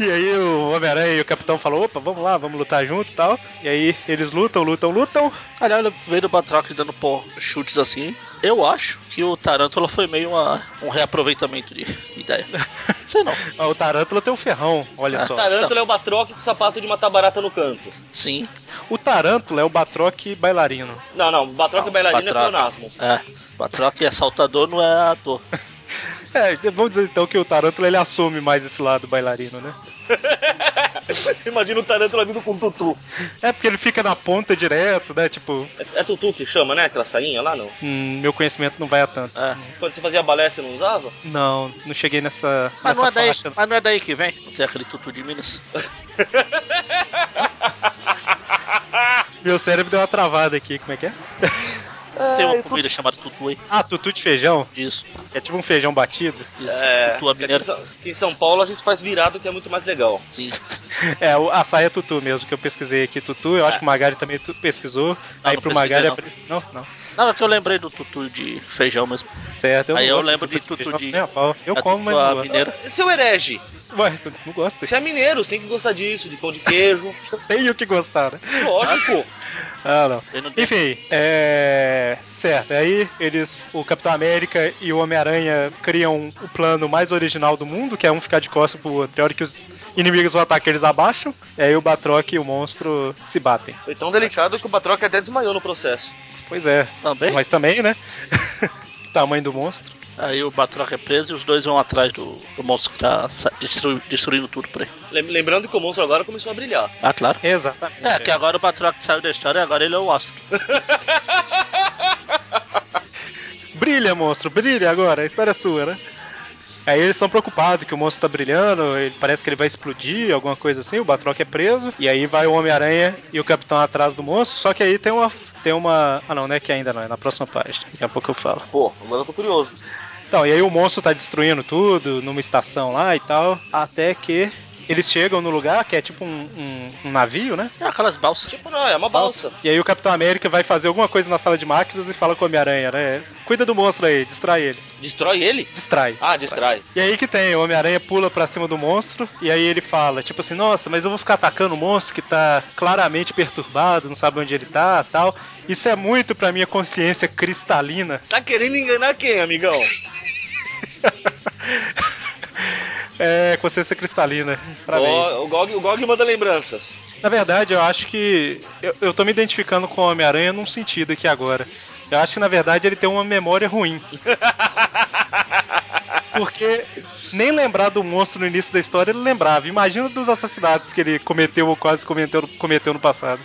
S1: E aí o Homem-Aranha e o Capitão falam, opa, vamos lá, vamos lutar junto e tal. E aí eles lutam, lutam, lutam.
S2: Aliás, ele veio do Batraque dando pô, chutes assim. Eu acho que o Tarântula foi meio uma- um reaproveitamento de ideia. Sei não.
S1: Ó, o Tarântula tem um ferrão, olha
S2: Ah,
S1: só.
S3: Tarântula é o batroque com sapato de matar barata no canto.
S2: Sim.
S1: O Tarântula é o Batroc bailarino.
S3: Não, não, batroque e bailarina é
S2: Batraque.
S3: pleonasmo.
S2: É. Batraque é assaltador, não é ator.
S1: É, vamos dizer então que o Tarântula ele assume mais esse lado bailarino, né?
S3: Imagina o Tarântula vindo com tutu.
S1: É porque ele fica na ponta direto, né? Tipo,
S3: É, é tutu que chama, né? Aquela sainha lá, não?
S1: hum, meu conhecimento não vai a tanto.
S2: É.
S3: Quando você fazia balé, você não usava?
S1: Não, não cheguei nessa,
S2: Mas, não
S1: nessa
S2: é daí,
S1: faixa.
S2: mas não é daí que vem. Não tem aquele tutu de Minas.
S1: Meu cérebro deu uma travada aqui, como é que é?
S2: tem uma comida chamada tutu aí.
S1: Ah, tutu de feijão,
S2: Isso,
S1: que é tipo um feijão batido.
S2: isso. tutu a
S3: É, porque aqui em
S2: mineira.
S3: São- aqui em São Paulo a gente faz virado que é muito mais legal.
S2: Sim.
S1: É, o- a saia é tutu mesmo, que eu pesquisei aqui, tutu. Eu acho que o Magari também tu- pesquisou. aí
S2: Ah. não
S1: pro
S2: pesquisei,
S1: Magari
S2: não.
S1: apareceu. Não, não.
S2: Não, é que eu lembrei do tutu de feijão mesmo.
S1: Certo, eu
S2: Aí
S1: não
S2: eu
S1: gosto
S2: lembro de tutu de-
S1: feijão, nem a pau. Eu
S2: É
S1: como, mas
S2: tutu
S1: não
S2: a
S1: gosto.
S2: mineira.
S3: Seu herege,
S1: Ué, eu não gosto.
S3: você é mineiro, você tem que gostar disso, de pão de queijo.
S1: Eu tenho que gostar, né?
S3: Lógico.
S1: Ah, não.
S2: Eu não tenho-
S1: Enfim, é. Certo, aí eles, o Capitão América e o Homem-Aranha criam o plano mais original do mundo, que é um ficar de costas pro outro. E a hora que os inimigos vão atacar, eles abaixam, e aí o Batroc e o monstro se batem.
S3: Foi tão delicado que o batroque até desmaiou no processo.
S1: Pois é.
S2: Também?
S1: Mas também, né? Tamanho do monstro.
S2: Aí o Batroc é preso e os dois vão atrás do, do monstro que tá sa- destru- destruindo tudo por aí.
S3: Lem- Lembrando que o monstro agora começou a brilhar.
S2: Ah, claro.
S1: Exatamente.
S2: É, que agora o Batroc saiu da história e agora ele é o astro.
S1: Brilha, monstro, brilha agora, a história é sua, né? Aí eles estão preocupados que o monstro tá brilhando, ele parece que ele vai explodir, alguma coisa assim, o Batroc é preso, e aí vai o Homem-Aranha e o Capitão atrás do monstro, só que aí tem uma. Tem uma. Ah não, não é que ainda não, é na próxima página, daqui a pouco eu falo.
S3: Pô, agora eu tô curioso.
S1: Então, e aí o monstro tá destruindo tudo numa estação lá e tal, até que eles chegam no lugar que é tipo um- um- um navio, né?
S2: É aquelas balsas.
S3: Tipo, não, é uma balsa.
S1: E aí o Capitão América vai fazer alguma coisa na sala de máquinas e fala com o Homem-Aranha, né? Cuida do monstro aí, distrai ele.
S3: assim. Destrói ele?
S1: Distrai.
S3: Ah, distrai.
S1: E aí que tem, o Homem-Aranha pula pra cima do monstro e aí ele fala, tipo assim, nossa, mas eu vou ficar atacando o monstro que tá claramente perturbado, não sabe onde ele tá tal. Isso é muito pra minha consciência cristalina.
S3: Tá querendo enganar quem, amigão?
S1: É, consciência cristalina. Parabéns.
S3: Ó, o, Gog, o Gog manda lembranças.
S1: Na verdade, eu acho que. Eu, eu tô me identificando com o Homem-Aranha num sentido aqui agora. Eu acho que, na verdade, ele tem uma memória ruim. Porque nem lembrar do monstro no início da história ele lembrava. Imagina dos assassinatos que ele cometeu ou quase cometeu, cometeu no passado.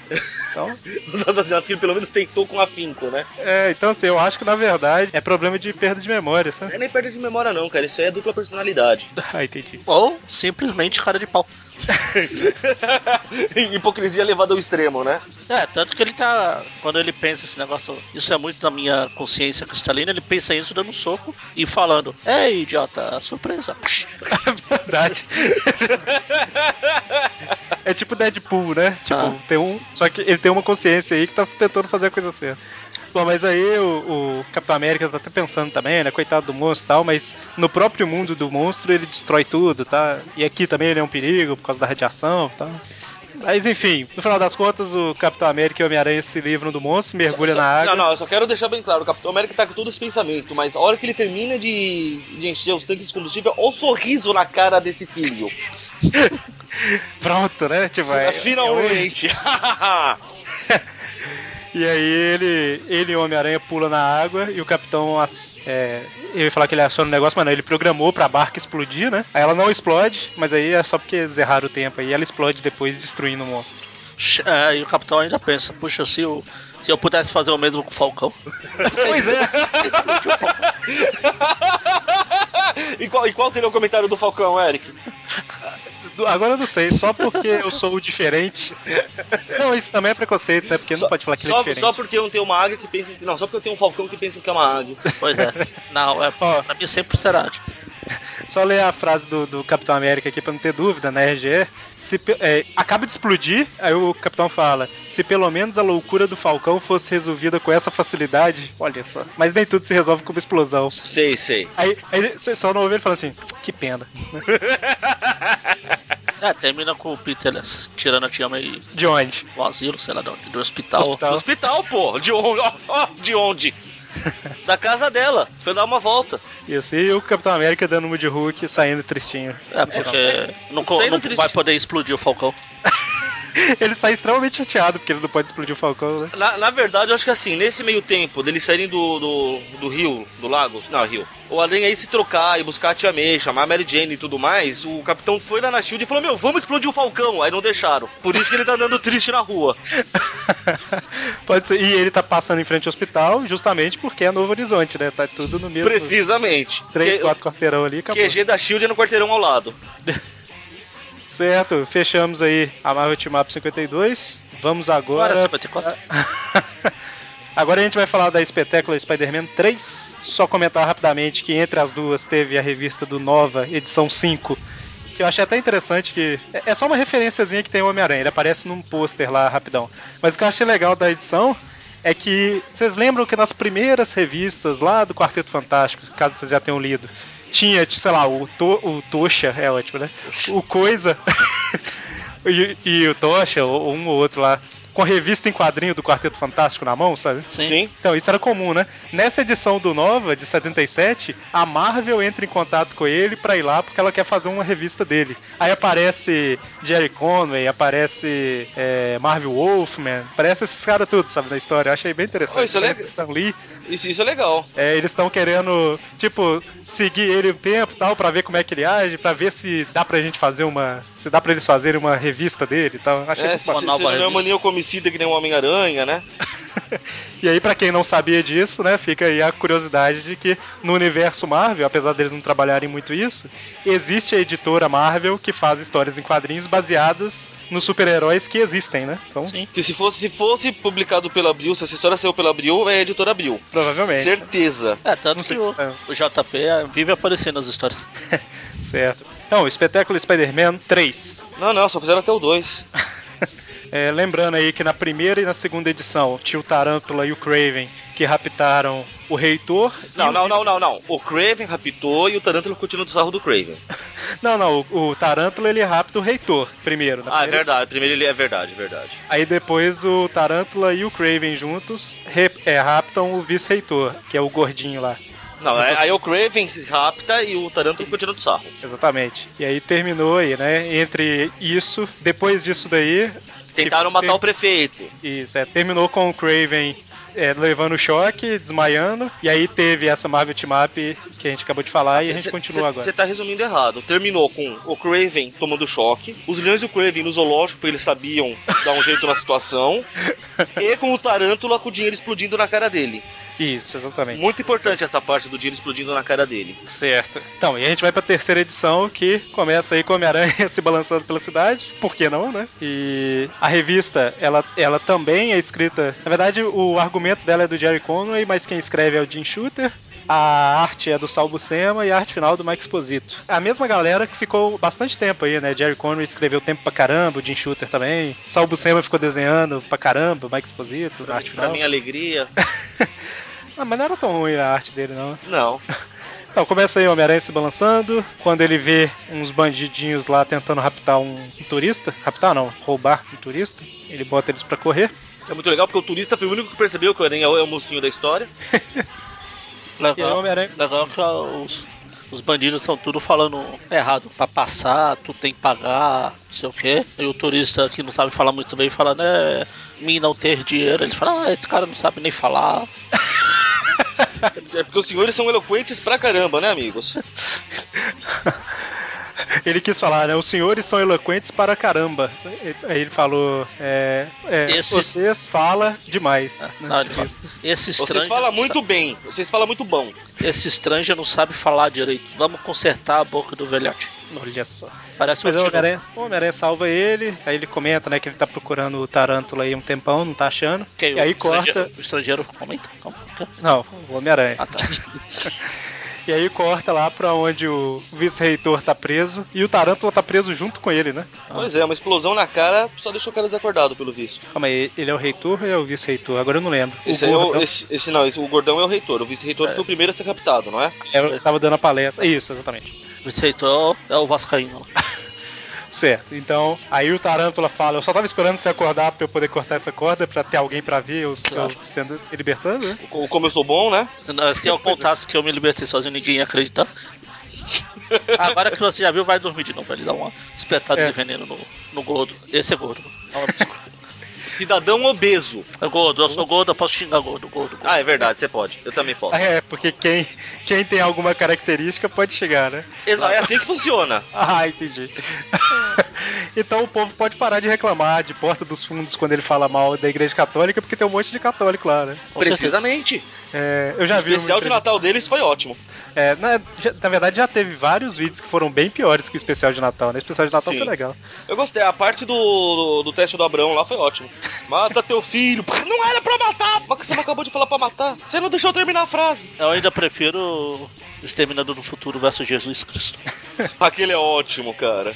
S1: Então,
S3: Os assassinatos que ele pelo menos tentou com afinco, né?
S1: é, então assim, eu acho que na verdade é problema de perda de memória, sabe?
S3: Não é nem perda de memória, não, cara. Isso aí é dupla personalidade.
S1: Ah, entendi.
S2: Ou simplesmente cara de pau.
S3: Hipocrisia levada ao extremo, né?
S2: É, tanto que ele tá. Quando ele pensa esse negócio, isso é muito da minha consciência cristalina, ele pensa isso dando um soco e falando: Ei, idiota, surpresa. Psh.
S1: Verdade. é tipo Deadpool, né? Tipo,
S2: Ah.
S1: tem um. Só que ele tem uma consciência aí que tá tentando fazer a coisa certa. Bom, mas aí o, o Capitão América tá até pensando também, né? Coitado do monstro e tal, mas no próprio mundo do monstro ele destrói tudo, tá? E aqui também ele é um perigo por causa da radiação e tal. Mas enfim, no final das contas, o Capitão América e o Homem-Aranha se livram do monstro, mergulha
S3: Só-
S1: na água.
S3: Não, não, eu só quero deixar bem claro: o Capitão América tá com todo esse pensamento, mas a hora que ele termina de, de encher os tanques de combustível, olha o sorriso na cara desse filho.
S1: Pronto, né? Tipo, é- é hoje.
S3: Finalmente!
S1: E aí ele, ele e o Homem-Aranha pula na água e o capitão. ass- é, eu ia falar que ele aciona o negócio, mas não, ele programou pra barca explodir, né? Aí ela não explode, mas aí é só porque eles erraram o tempo aí. Ela explode depois destruindo o monstro.
S2: É, e o capitão ainda pensa, puxa, se eu, se eu pudesse fazer o mesmo com o Falcão.
S1: pois é!
S3: e, qual, e qual seria o comentário do Falcão, Eric?
S1: Agora eu não sei, só porque eu sou o diferente. Não, isso também é preconceito, né? Porque não
S3: Só-
S1: pode falar que ele é
S3: só,
S1: diferente.
S3: só porque eu não tenho uma águia que pensa. Não, só porque eu tenho um Falcão que pensa que é uma águia.
S2: Pois é. Não, é,
S1: Ó.
S2: pra mim sempre será. tipo,
S1: Só ler a frase do, do Capitão América aqui pra não ter dúvida, né, RGE? Se, pe- é, acaba de explodir, aí o Capitão fala: se pelo menos a loucura do Falcão fosse resolvida com essa facilidade, olha só. Mas nem tudo se resolve com uma explosão.
S3: Sei, sei.
S1: Aí, aí ele- você só não ouve ele falando assim: que pena.
S2: É, termina com o Peter né, tirando a Tiama e
S1: De onde?
S2: o asilo, sei lá, do, do hospital.
S1: Hospital. Tá.
S3: No hospital, pô. De onde? Ó, ó, de onde? Da casa dela. Foi dar uma volta.
S1: Isso. E o Capitão América dando uma de Hulk e saindo tristinho.
S2: É,
S3: Ah,
S2: porque não, co-
S3: Saindo
S2: não
S3: triste.
S2: vai poder explodir o Falcão.
S1: Ele sai extremamente chateado porque ele não pode explodir o Falcão, né?
S3: Na, na verdade, eu acho que assim, nesse meio tempo deles saírem do, do, do rio, do lago, não, rio, o Aranha aí se trocar e buscar a Tia May, chamar a Mary Jane e tudo mais, o capitão foi lá na Shield e falou: Meu, vamos explodir o Falcão. Aí não deixaram. Por isso que ele tá andando triste na rua.
S1: pode ser. E ele tá passando em frente ao hospital justamente porque é Novo Horizonte, né? Tá tudo no mesmo.
S3: Precisamente.
S1: Três,
S3: Que-
S1: quatro quarteirão ali, acabou.
S3: QG da Shield é no quarteirão ao lado.
S1: Certo, fechamos aí a Marvel Team Up 52. Vamos agora. é,
S2: Agora 54.
S1: Agora a gente vai falar da espetácula Spider-Man 3. Só comentar rapidamente que entre as duas teve a revista do Nova, edição 5. Que eu achei até interessante que. é- É só uma referenciazinha que tem o Homem-Aranha, ele aparece num pôster lá rapidão. Mas o que eu achei legal da edição é que. Vocês lembram que nas primeiras revistas lá do Quarteto Fantástico, caso vocês já tenham lido, tinha, t- sei lá, o, to, o Tocha, é ótimo, né? O Coisa. e, e o Tocha, ou um ou outro lá. Com a revista em quadrinho do Quarteto Fantástico na mão, sabe?
S2: Sim.
S1: Então, isso era comum, né? Nessa edição do Nova, de 77, a Marvel entra em contato com ele pra ir lá porque ela quer fazer uma revista dele. Aí aparece Jerry Conway, aparece é, Marvel Wolfman, aparece esses caras tudo, sabe, na história. Eu achei bem interessante.
S3: Oh, isso é legal.
S1: Aparece Stan Lee.
S3: Isso, isso é legal.
S1: É, eles estão querendo, tipo, seguir ele um tempo e tal, pra ver como é que ele age, pra ver se dá pra gente fazer uma. Se dá pra eles fazerem uma revista dele e tal. Achei
S3: É,
S1: muito
S3: se,
S2: uma
S3: se, se
S2: nova
S3: não é
S2: revista.
S3: uma neocomicida que nem um Homem-Aranha, né?
S1: E aí, pra quem não sabia disso, né, fica aí a curiosidade de que no universo Marvel, apesar deles não trabalharem muito isso, existe a editora Marvel que faz histórias em quadrinhos baseadas nos super-heróis que existem, né? Então,
S2: Sim.
S3: Que se fosse, se fosse publicado pela Abril, se essa história saiu pela Abril, é a editora Abril.
S1: Provavelmente.
S3: Certeza.
S2: É,
S1: Não
S2: tanto
S1: sei
S2: que
S1: se
S2: o,
S1: saiu.
S2: o JP vive aparecendo nas histórias.
S1: certo. Então, o espetáculo Spider-Man 3.
S3: Não, não, só fizeram até o 2.
S1: É, lembrando aí que na primeira e na segunda edição, o tio Tarântula e o Craven que raptaram o Reitor. e
S3: Não,
S1: o-
S3: não, não, não, não. O Craven raptou e o Tarântula continua do sarro do Craven.
S1: Não, não, o, o Tarântula ele rapta o Reitor primeiro. na
S3: Ah, é
S1: primeira
S3: verdade. Primeiro ele é verdade, é verdade.
S1: Aí depois o Tarântula e o Craven juntos re- é, raptam o vice-reitor, que é o gordinho lá.
S3: Não, Tipo, é- aí o Craven se rapta e o Tarântula continua do sarro.
S1: Exatamente. E aí terminou aí, né? Entre isso, depois disso daí.
S3: Tentaram
S1: que-
S3: matar o prefeito.
S1: Isso, é, terminou com o Craven é, levando choque, desmaiando. E aí teve essa Marvel Team Up que a gente acabou de falar e a gente continua agora.
S3: Você tá resumindo errado. Terminou com o Craven tomando choque, os leões e o Craven no zoológico, porque eles sabiam dar um jeito na situação, e com o Tarântula com o dinheiro explodindo na cara dele.
S1: Isso, exatamente.
S3: Muito importante essa parte do dinheiro explodindo na cara dele.
S1: Certo. Então, e a gente vai pra terceira edição que começa aí com o Homem-Aranha se balançando pela cidade, por que não, né? E a revista, ela, ela também é escrita. Na verdade, o argumento dela é do Jerry Conway, mas quem escreve é o Jim Shooter. A arte é do Sal Buscema e a arte final é do Mike Exposito. A mesma galera que ficou bastante tempo aí, né? Jerry Conway escreveu tempo pra caramba, o Jim Shooter também. Sal Buscema ficou desenhando pra caramba, o Mike Exposito, a arte
S3: Pra
S1: final.
S3: minha alegria.
S1: Ah, mas não era tão ruim a arte dele, não.
S3: Não.
S1: Então, começa aí o Homem-Aranha se balançando. Quando ele vê uns bandidinhos lá tentando raptar um, um turista. Raptar não, roubar um turista. Ele bota eles pra correr.
S3: É muito legal porque o turista foi o único que percebeu que o Aranha é o mocinho da história.
S1: E aí o
S2: Legal,
S1: Homem-Aranha.
S2: legal que os, os bandidos estão tudo falando errado. Pra passar, tu tem que pagar, não sei o quê. E o turista que não sabe falar muito bem fala, né? Me não ter dinheiro. Ele fala, ah, esse cara não sabe nem falar.
S3: É porque os senhores são eloquentes pra caramba, né, amigos?
S1: Ele quis falar, né? Os senhores são eloquentes para caramba. Aí ele falou: é, é,
S2: Esses-
S1: Vocês falam demais. né?
S2: Não, ele
S1: Tipo
S2: fala,
S1: isso.
S2: esse estranho.
S3: Vocês falam
S2: não
S3: muito bem, vocês falam muito bom.
S2: sabe- Esse estranho não sabe falar direito. Vamos consertar a boca do velhote.
S1: Olha só.
S2: Parece um
S1: Mas o
S2: tiro.
S1: Homem-Aranha o Homem-Aranha salva ele, aí ele comenta, né, que ele tá procurando o Tarântula aí um tempão, não tá achando.
S2: Que
S1: e aí
S2: o estrangeiro-
S1: corta.
S2: O estrangeiro comenta. Calma, calma.
S1: Não, o Homem-Aranha.
S2: Ah, tá.
S1: E aí corta lá pra onde o vice-reitor tá preso e o Tarântula tá preso junto com ele, né?
S3: Pois é, uma explosão na cara só deixou o cara desacordado, pelo visto.
S1: Calma aí, ele é o reitor ou é o vice-reitor? Agora eu não lembro.
S3: Esse,
S1: o
S3: aí é o,
S1: Gordon
S3: esse, esse não, esse, o gordão é o reitor. O vice-reitor foi o primeiro a ser captado, não é?
S1: era o que tava dando a palestra. Isso, exatamente.
S2: O estrangeiro é o Vascaíno.
S1: Certo, então aí o Tarântula fala: Eu só tava esperando você acordar pra eu poder cortar essa corda, pra ter alguém pra ver eu,
S2: Claro.
S1: eu sendo me libertando, né?
S3: O, como eu sou bom, né?
S2: Se, não- se eu contasse que eu me libertei sozinho, ninguém ia acreditar. Agora que você já viu, vai dormir de novo. Ele dá uma espetada
S1: É.
S2: de veneno no, no gordo. Esse é gordo.
S3: Cidadão obeso.
S2: É gordo, eu sou gordo, eu posso xingar gordo, gordo. gordo.
S3: Ah, é verdade, você pode. Eu também posso.
S1: É, porque quem, quem tem alguma característica pode chegar, né?
S3: Exato, é assim que funciona.
S1: Ah, entendi. então o povo pode parar de reclamar de porta dos fundos quando ele fala mal da igreja católica, porque tem um monte de católico lá, né?
S2: Com certeza.
S3: Precisamente.
S1: É, eu já
S3: O
S1: vi. uma
S3: especial de
S1: entrevista-
S3: Natal deles foi ótimo.
S1: É, na, já- na verdade, já teve vários vídeos que foram bem piores que o especial de Natal, né? O especial de Natal
S3: Sim.
S1: foi legal.
S3: Eu gostei, a parte do, do, do teste do Abrão lá foi ótimo. Mata teu filho. Não era pra matar! Mas você não acabou de falar pra matar. Você não deixou eu terminar a frase.
S2: Eu ainda prefiro o Exterminador do Futuro versus Jesus Cristo.
S3: Aquele é ótimo, cara.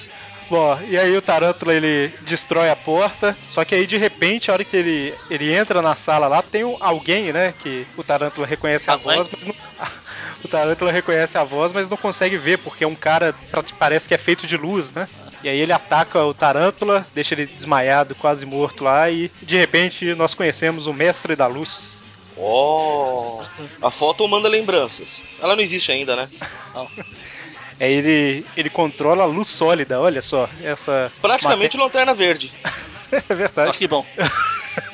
S1: Bom, e aí o Tarântula ele destrói a porta, só que aí de repente, a hora que ele, ele entra na sala lá, tem um- alguém, né, que o Tarântula reconhece a,
S2: A mãe?
S1: voz, mas não... O Tarântula reconhece a voz, mas não consegue ver, porque é um cara pra- parece que é feito de luz, né? E aí ele ataca o Tarântula, deixa ele desmaiado, quase morto lá, e de repente nós conhecemos o Mestre da Luz.
S3: Oh. A foto manda lembranças. Ela não existe ainda, né?
S1: Aí É, ele, ele controla a luz sólida, olha só, essa...
S3: Praticamente Lanterna Verde.
S1: É
S2: Só
S1: verdade.
S2: que bom,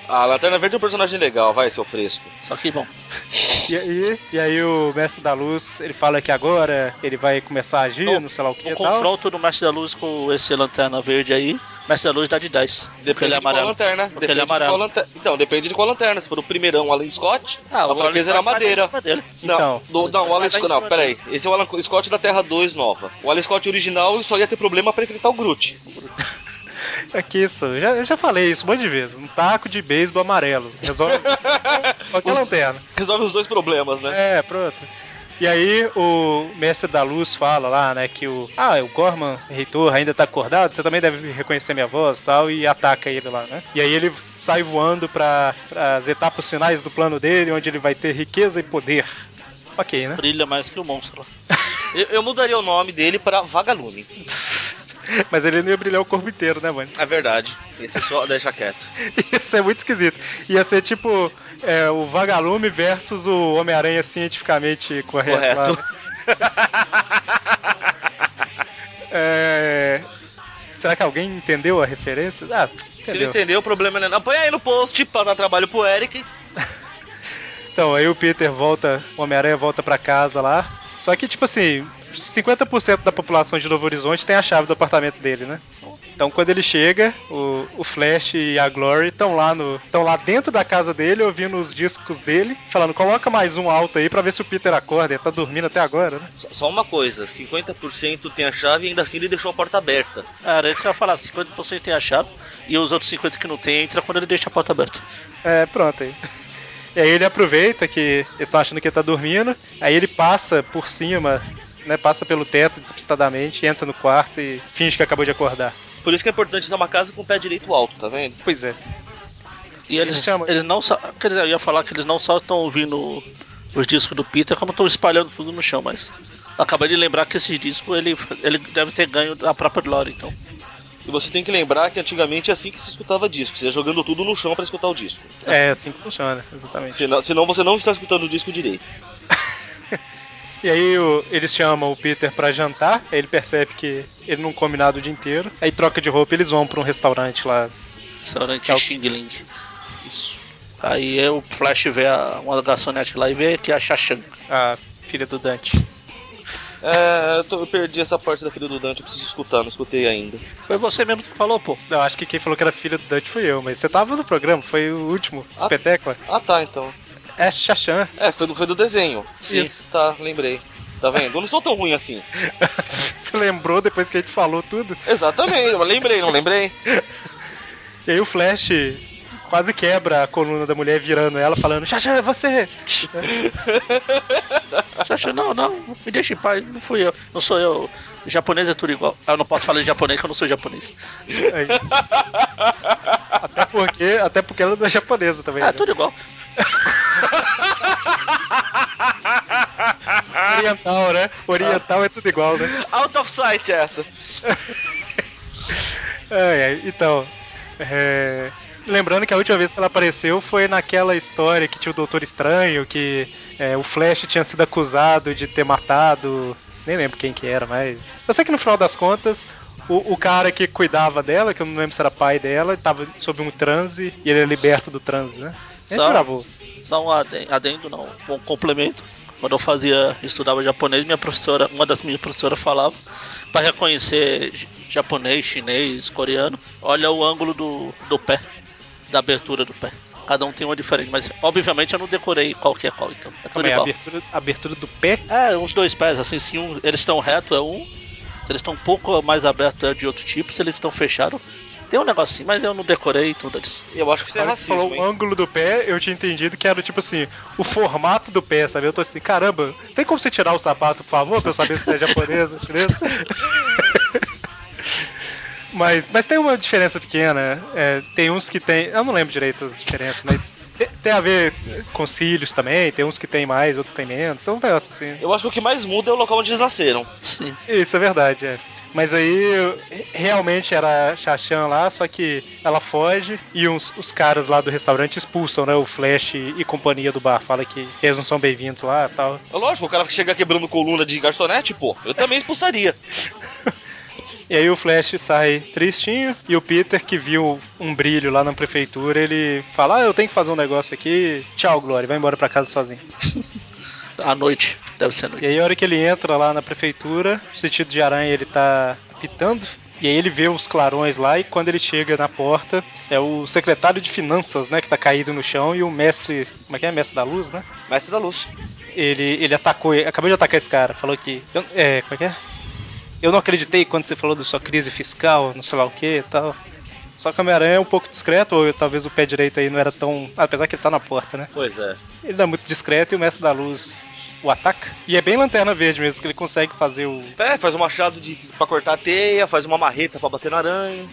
S3: A Lanterna Verde é um personagem legal, vai, seu fresco.
S2: só que bom.
S1: E aí, e aí o mestre da luz, ele fala que agora ele vai começar a agir,
S2: Não,
S1: não sei lá o que
S2: O
S1: e tal.
S2: confronto do Mestre da Luz com esse Lanterna Verde aí, Mestre da Luz dá de 10. porque
S3: Depende
S2: ele é
S3: de qual
S2: amarelo.
S3: lanterna.
S2: Porque
S3: Depende
S2: ele é
S3: de qual
S2: amarelo.
S3: lanterna. Então, depende de qual lanterna. Se for o primeirão, o Alan Scott,
S2: Ah,
S3: a
S2: o Alan
S3: fraqueza era
S2: Scott vai dar em
S3: madeira.
S2: cima dele.
S1: Então.
S3: Não, do- não, o Alan
S2: Mas aí
S3: Scott.
S2: em
S3: Não,
S2: cima
S3: peraí. Esse é o Alan Scott da Terra 2 nova. O Alan Scott original só ia ter problema pra enfrentar o Groot.
S1: É que isso, eu já, eu já falei isso um monte de vezes. Um taco de beisebol amarelo. Resolve qualquer
S3: Os-
S1: lanterna.
S3: Resolve os dois problemas, né?
S1: É, pronto. E aí o mestre da luz fala lá, né, que o. Ah, o Gorman, reitor, ainda tá acordado, você também deve reconhecer minha voz e tal, e ataca ele lá, né? E aí ele sai voando para as etapas finais do plano dele, onde ele vai ter riqueza e poder. Ok, né?
S2: Brilha mais que o monstro lá.
S3: Eu, eu mudaria o nome dele pra Vagalume.
S1: Mas ele não ia brilhar o corpo inteiro, né, mano?
S3: É verdade. Esse só deixa quieto.
S1: Ia ser é muito esquisito. Ia ser tipo é, o vagalume versus o Homem-Aranha cientificamente correto.
S3: Correto.
S1: lá, né? É, Será que alguém entendeu a referência? Ah,
S3: Se não
S1: entendeu.
S3: entendeu, o problema não é. Põe aí no post pra dar trabalho pro Eric.
S1: Então, aí o Peter volta, o Homem-Aranha volta pra casa lá. Só que, tipo assim, 50% da população de Novo Horizonte tem a chave do apartamento dele, né? Então, quando ele chega, o, o Flash e a Glory estão lá no estão lá dentro da casa dele, ouvindo os discos dele, falando: "Coloca mais um alto aí pra ver se o Peter acorda, ele tá dormindo até agora, né?"
S3: Só- Só uma coisa: 50% tem a chave e ainda assim ele deixou a porta aberta.
S2: Ah, Era isso que eu ia falar, 50% tem a chave e os outros 50% que não tem entra quando ele deixa a porta aberta.
S1: É, pronto aí. E aí ele aproveita que eles estão achando que ele tá dormindo, aí ele passa por cima, né, passa pelo teto despistadamente, entra no quarto e finge que acabou de acordar.
S3: Por isso que é importante ter uma casa com o pé direito alto, tá vendo?
S1: Pois é.
S2: E eles,
S1: Eles chamam-
S2: eles não só. Quer dizer, eu ia falar que eles não só estão ouvindo os discos do Peter, como estão espalhando tudo no chão, mas. Acabei de lembrar que esse disco ele, ele deve ter ganho a própria Lore, então.
S3: E você tem que lembrar que antigamente é assim que se escutava disco. Você ia jogando tudo no chão pra escutar o disco.
S1: É assim que funciona, exatamente.
S3: Senão, senão você não está escutando o disco direito.
S1: E aí o- eles chamam o Peter pra jantar, aí ele percebe que ele não come nada o dia inteiro. Aí troca de roupa, eles vão pra um restaurante lá.
S2: Restaurante
S1: É o-
S2: Xing Ling. Aí é, o Flash vê a, uma garçonete lá e vê que é a Shashan.
S1: A filha do Dante.
S3: É, eu, tô- eu perdi essa parte da filha do Dante, eu preciso escutar, não escutei ainda.
S2: Foi você mesmo que falou, pô.
S1: Não, acho que quem falou que era filha do Dante foi eu, mas você tava no programa, foi o último,
S3: Ah.
S1: espetáculo.
S3: Ah tá, então.
S1: É Xaxã.
S3: É, foi, do- foi do desenho.
S2: Sim.
S3: Isso. Tá, lembrei. Tá vendo? Eu não sou tão ruim assim.
S1: Você lembrou depois que a gente falou tudo?
S3: Exatamente, eu lembrei, não lembrei?
S1: E aí o Flash quase quebra a coluna da mulher virando ela, falando: Xaxã, é você!
S2: Shashan, não, não, me deixa em paz, não fui eu, não sou eu. Japonês é tudo igual. Eu não posso falar de japonês que eu não sou japonês.
S1: Aí- até, porque, até porque ela não é japonesa também.
S2: É,
S1: né?
S2: tudo igual.
S1: Oriental, né? Oriental é tudo igual, né?
S3: Out of sight é essa.
S1: Ai, ai, Então, é, lembrando que a última vez que ela apareceu foi naquela história que tinha o Doutor Estranho, que é, o Flash tinha sido acusado de ter matado. Nem lembro quem que era, mas. Eu sei que no final das contas. O, o cara que cuidava dela, que eu não lembro se era pai dela, tava sob um transe e ele é liberto do transe, né? A gente
S2: Só-
S1: gravou.
S2: Só um aden- adendo, não, um complemento. Quando eu fazia, estudava japonês, minha professora, uma das minhas professoras falava, para reconhecer j- japonês, chinês, coreano, olha o ângulo do, do pé, da abertura do pé. Cada um tem uma diferente, mas obviamente eu não decorei qual que é qual, então. É tudo
S1: Também a
S2: igual.
S1: abertura, a abertura do pé.
S2: É, uns dois pés, assim, se um, eles estão reto é um, se eles estão um pouco mais abertos é de outro tipo, se eles estão fechados, tem um negocinho, mas eu não decorei tudo isso.
S3: Eu acho que isso é
S1: Na hora que
S3: racismo,
S1: falou
S3: hein?
S1: o ângulo do pé, eu tinha entendido que era tipo assim, o formato do pé, sabe? Eu tô assim, caramba, tem como você tirar o sapato, por favor, pra eu saber se é japonesa, chinesa? mas, mas tem uma diferença pequena. é, tem uns que tem. Eu não lembro direito as diferenças, mas te- tem a ver com cílios também, tem uns que tem mais, outros tem menos. Então tem negócio assim.
S3: Eu acho que o que mais muda é o local onde eles nasceram.
S2: Sim.
S1: Isso é verdade, é. Mas aí realmente era a Xaxã lá, só que ela foge e uns, os caras lá do restaurante expulsam, né? O Flash e companhia do bar. Fala que eles não são bem-vindos lá e tal.
S3: É Lógico, o cara que chega quebrando coluna de garçonete, pô, eu também expulsaria.
S1: E aí o Flash sai tristinho e o Peter, que viu um brilho lá na prefeitura, ele fala: Ah, eu tenho que fazer um negócio aqui. Tchau, Glória, vai embora pra casa sozinho.
S2: À noite, deve ser à noite.
S1: E aí a hora que ele entra lá na prefeitura, o sentido de aranha ele tá apitando. E aí ele vê os clarões lá e quando ele chega na porta, é o secretário de finanças, né, que tá caído no chão e o mestre, como é que é? Mestre da luz, né?
S3: Mestre da luz.
S1: Ele, ele atacou, ele acabou de atacar esse cara, falou que, eu- é, como é que é? Eu não acreditei quando você falou da sua crise fiscal, não sei lá o que e tal. Só que o Homem-Aranha é um pouco discreto, ou talvez o pé direito aí não era tão. Apesar que ele tá na porta, né?
S3: Pois é.
S1: Ele não é muito discreto e o mestre da luz o ataca. E é bem lanterna verde mesmo, que ele consegue fazer o.
S3: É, faz um machado de, de- pra cortar a teia, faz uma marreta pra bater na aranha.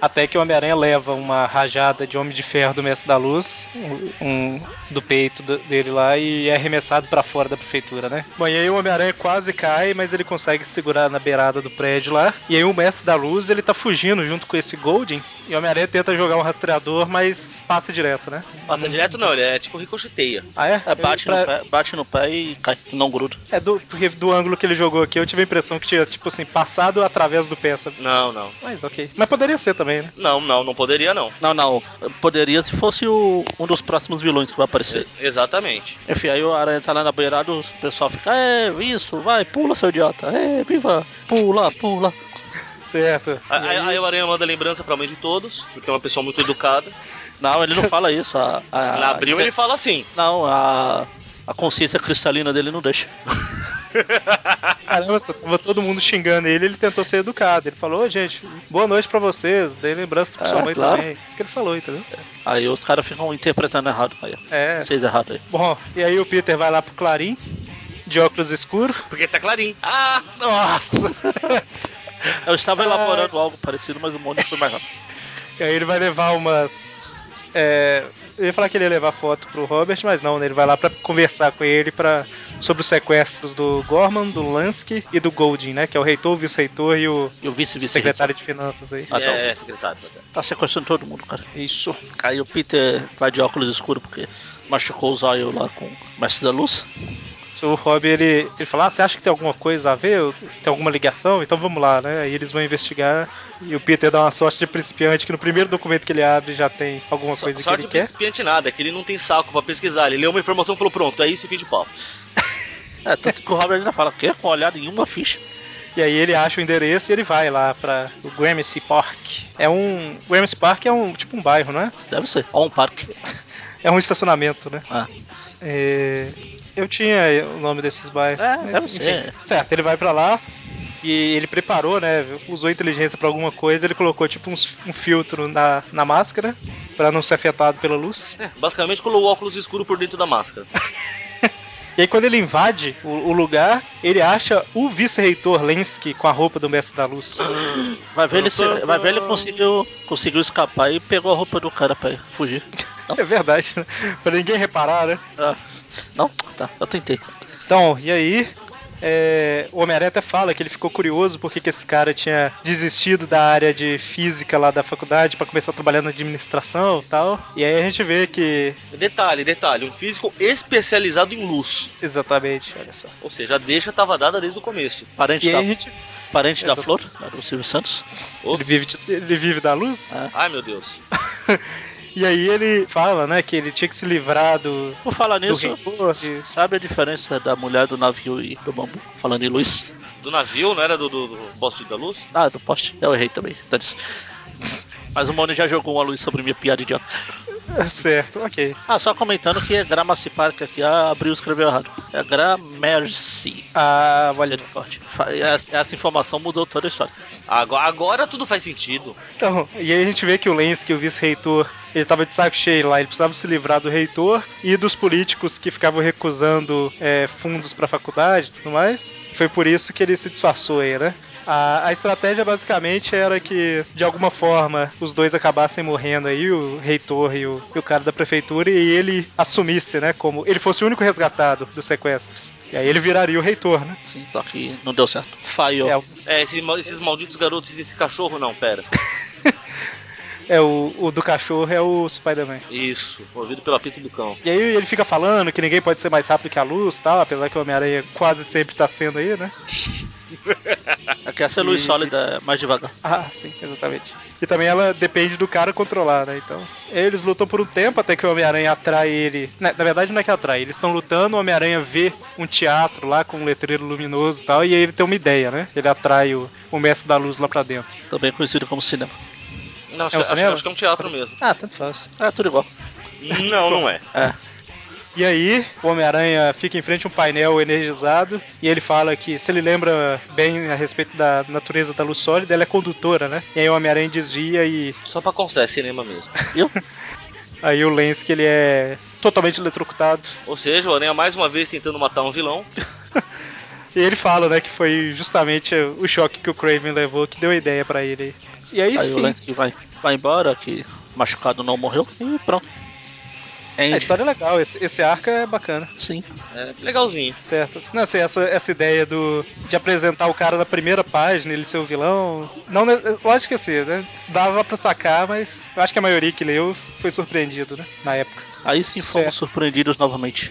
S1: Até que o Homem-Aranha leva uma rajada de homem de ferro do mestre da luz, um, um- do peito do- dele lá, e é arremessado pra fora da prefeitura, né? Bom, e aí o Homem-Aranha quase cai, mas ele consegue segurar na beirada do prédio lá. E aí o mestre da luz, ele tá fugindo junto com esse Golden. E o Homem-Aranha tenta jogar um rastreador, mas passa direto, né?
S3: Passa direto não, ele é tipo ricocheteia.
S1: Ah, é?
S2: É, bate,
S1: Ele-
S2: no
S1: pra-
S2: pé, bate no pé e cai, não gruda.
S1: É do, porque do ângulo que ele jogou aqui, eu tive a impressão que tinha, tipo assim, passado através do pé, sabe?
S3: Não, não.
S1: Mas ok. Mas poderia ser também, né?
S3: Não, não, não poderia não.
S2: Não, não. Poderia se fosse o- um dos próximos vilões que vai aparecer.
S3: Exatamente.
S2: Enfim, aí o aranha tá lá na beirada, o pessoal fica, é, isso, vai, pula, seu idiota. É, viva, pula, pula.
S1: Certo.
S3: Aí, aí, aí o Aranha manda lembrança pra mãe de todos, porque é uma pessoa muito educada.
S2: Não, ele não fala isso. A, a,
S3: Na abril ele fala assim.
S2: Não, a, a consciência cristalina dele não deixa.
S1: Caramba, só tava todo mundo xingando ele, ele tentou ser educado. Ele falou, ô gente, boa noite pra vocês, dei lembrança pra sua
S2: Ah,
S1: mãe
S2: claro.
S1: também. Isso que ele falou, entendeu?
S2: Aí os caras ficam interpretando errado. Aí,
S1: É.
S2: Vocês erraram aí.
S1: Bom, e aí o Peter vai lá pro Clarim, de óculos escuros.
S3: Porque tá clarinho. Ah!
S1: Nossa!
S2: Eu estava
S1: É.
S2: elaborando algo parecido, mas o mundo foi mais rápido.
S1: e aí ele vai levar umas. É, eu ia falar que ele ia levar foto pro Robert, mas não, né? Ele vai lá pra conversar com ele pra, sobre os sequestros do Gorman, do Lansky e do Goldin, né? Que é o reitor, o vice-reitor e o
S2: E o vice-vice
S1: secretário de finanças aí.
S2: Ah, não.
S3: é, secretário, tá certo.
S2: tá sequestrando todo mundo, cara.
S1: Isso.
S2: Aí o Peter vai de óculos escuros porque machucou o zóio lá com o mestre da luz.
S1: Se o Rob ele, ele fala, ah, você acha que tem alguma coisa a ver? Tem alguma ligação? Então vamos lá, né? Aí eles vão investigar e o Peter dá uma sorte de principiante que no primeiro documento que ele abre já tem alguma
S3: Só,
S1: coisa
S3: só
S1: que
S3: de
S1: ele quer.
S3: principiante nada, é que ele não tem saco pra pesquisar. Ele leu uma informação e falou, pronto, é isso e fim de pau.
S2: É, tanto que o Robert ainda fala, o quê? Com olhar nenhuma ficha.
S1: E aí ele acha o endereço e ele vai lá pra o Gramercy Park. É um. Gramercy Park é um tipo um bairro, né?
S2: Deve ser. Ó, um parque.
S1: É um estacionamento, né?
S2: Ah.
S1: É, eu tinha o nome desses bairros.
S2: É,
S1: mas,
S2: deve
S1: enfim.
S2: ser.
S1: Certo, ele vai pra lá e ele preparou, né? Usou inteligência pra alguma coisa, ele colocou tipo uns- um filtro na, na máscara pra não ser afetado pela luz.
S3: É, basicamente colou o óculos escuro por dentro da máscara.
S1: E aí quando ele invade o, o lugar, ele acha o vice-reitor Lenski com a roupa do mestre da luz.
S2: Ah. Vai ver ele, se- vai ver ele conseguiu, conseguiu escapar e pegou a roupa do cara pra fugir.
S1: É verdade, né? Pra ninguém reparar, né?
S2: Ah, não? Tá, eu tentei.
S1: Então, e aí? é, o Homem-Aranha até fala que ele ficou curioso porque que esse cara tinha desistido da área de física lá da faculdade pra começar a trabalhar na administração e tal. E aí a gente vê que.
S3: Detalhe, detalhe, um físico especializado em luz.
S1: Exatamente, olha só.
S3: Ou seja, a deixa tava dada desde o começo.
S2: Parente,
S1: E aí
S2: da,
S1: a gente.
S2: parente da
S1: Exato.
S2: Flor, era o Silvio Santos.
S1: Ele vive, ele vive da luz?
S2: Ah.
S3: Ai meu Deus.
S1: E aí ele fala, né, que ele tinha que se livrar do.
S2: Por falar
S1: Do
S2: nisso,
S1: rancor. e-
S2: sabe a diferença da mulher do navio e do bambu? Falando em luz.
S3: Do navio, não era do, do, do poste da luz?
S2: Ah, do poste. Eu errei também. dane-se. Mas o Mone já jogou uma luz sobre minha piada idiota.
S1: Certo, ok.
S2: Ah, só comentando que é Gramercy Park aqui. Ah, abriu e escreveu errado. É Gramercy.
S1: Ah, olha.
S2: Misericórdia. Fa- Essa, essa informação mudou toda a história.
S3: Agora, agora tudo faz sentido.
S1: Então, e aí a gente vê que o Lenski, o vice-reitor, ele tava de saco cheio lá, ele precisava se livrar do reitor e dos políticos que ficavam recusando é, fundos pra faculdade e tudo mais. Foi por isso que ele se disfarçou aí, né? A, a estratégia basicamente era que, de alguma forma, os dois acabassem morrendo aí, o reitor e o, e o cara da prefeitura, e ele assumisse, né? Como ele fosse o único resgatado dos sequestros. E aí ele viraria o reitor, né?
S2: Sim, só que não deu certo. Falhou.
S1: É,
S3: É, esse ma- esses malditos garotos, esse cachorro não, pera.
S1: é o, o do cachorro é o Spider-Man.
S3: Isso, ouvido pelo apito do cão.
S1: E aí ele fica falando que ninguém pode ser mais rápido que a luz tal, apesar que o Homem-Aranha quase sempre tá sendo aí, né?
S2: É que essa luz
S1: E-
S2: sólida é mais devagar.
S1: Ah, sim, exatamente. E também ela depende do cara controlar, né? Então. Eles lutam por um tempo até que o Homem-Aranha atrai ele. Na, na verdade, não é que atrai, eles estão lutando, o Homem-Aranha vê um teatro lá com um letreiro luminoso e tal, e aí ele tem uma ideia, né? Ele atrai o, o mestre da luz lá pra dentro.
S2: Também conhecido como cinema.
S3: Não, acho,
S1: É um
S3: que- acho-
S1: cinema?
S3: acho que é um teatro mesmo.
S1: Ah, tanto faz.
S2: É tudo igual.
S3: Não, não é.
S2: É.
S1: E aí, o Homem-Aranha fica em frente a um painel energizado e ele fala que, se ele lembra bem a respeito da natureza da luz sólida, ela é condutora, né? E aí o Homem-Aranha desvia e
S3: Só pra constar, é cinema mesmo.
S2: Eu?
S1: aí o Lance que ele é totalmente eletrocutado.
S3: Ou seja, o Aranha mais uma vez tentando matar um vilão.
S1: E ele fala, né, que foi justamente o choque que o Craven levou que deu a ideia pra ele. E aí,
S2: Aí o
S1: enfim,
S2: Lance que vai, vai embora, que machucado não morreu. E pronto.
S1: a
S2: End.
S1: história é legal, esse, esse arco é bacana.
S2: Sim.
S3: É, legalzinho.
S1: Certo. Não sei, essa, essa ideia do de apresentar o cara na primeira página, ele ser o vilão. Não, né, lógico que assim, né? Dava pra sacar, mas eu acho que a maioria que leu foi surpreendido, né? Na época.
S2: Aí sim fomos
S1: Certo.
S2: surpreendidos novamente.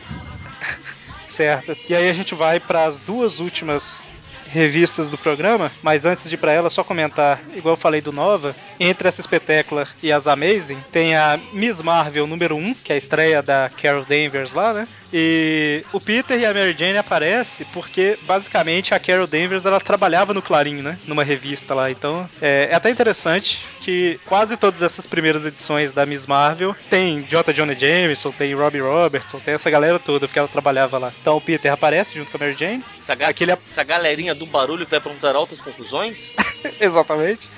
S1: Certo. E aí a gente vai para as duas últimas revistas do programa, mas antes de ir para ela, só comentar, igual eu falei do Nova, entre essa espetácula e as Amazing, tem a Miss Marvel número 1, que é a estreia da Carol Danvers lá, né? E o Peter e a Mary Jane aparecem porque, basicamente, a Carol Danvers, ela trabalhava no Clarim, né? Numa revista lá, então é, é até interessante que quase todas essas primeiras edições da Miss Marvel tem J. Johnny Jameson, tem Robbie Robertson, tem essa galera toda, porque ela trabalhava lá. Então o Peter aparece junto com a Mary Jane,
S3: Essa, ga-
S1: aquele
S3: essa galerinha do barulho que vai aprontar altas confusões.
S1: Exatamente.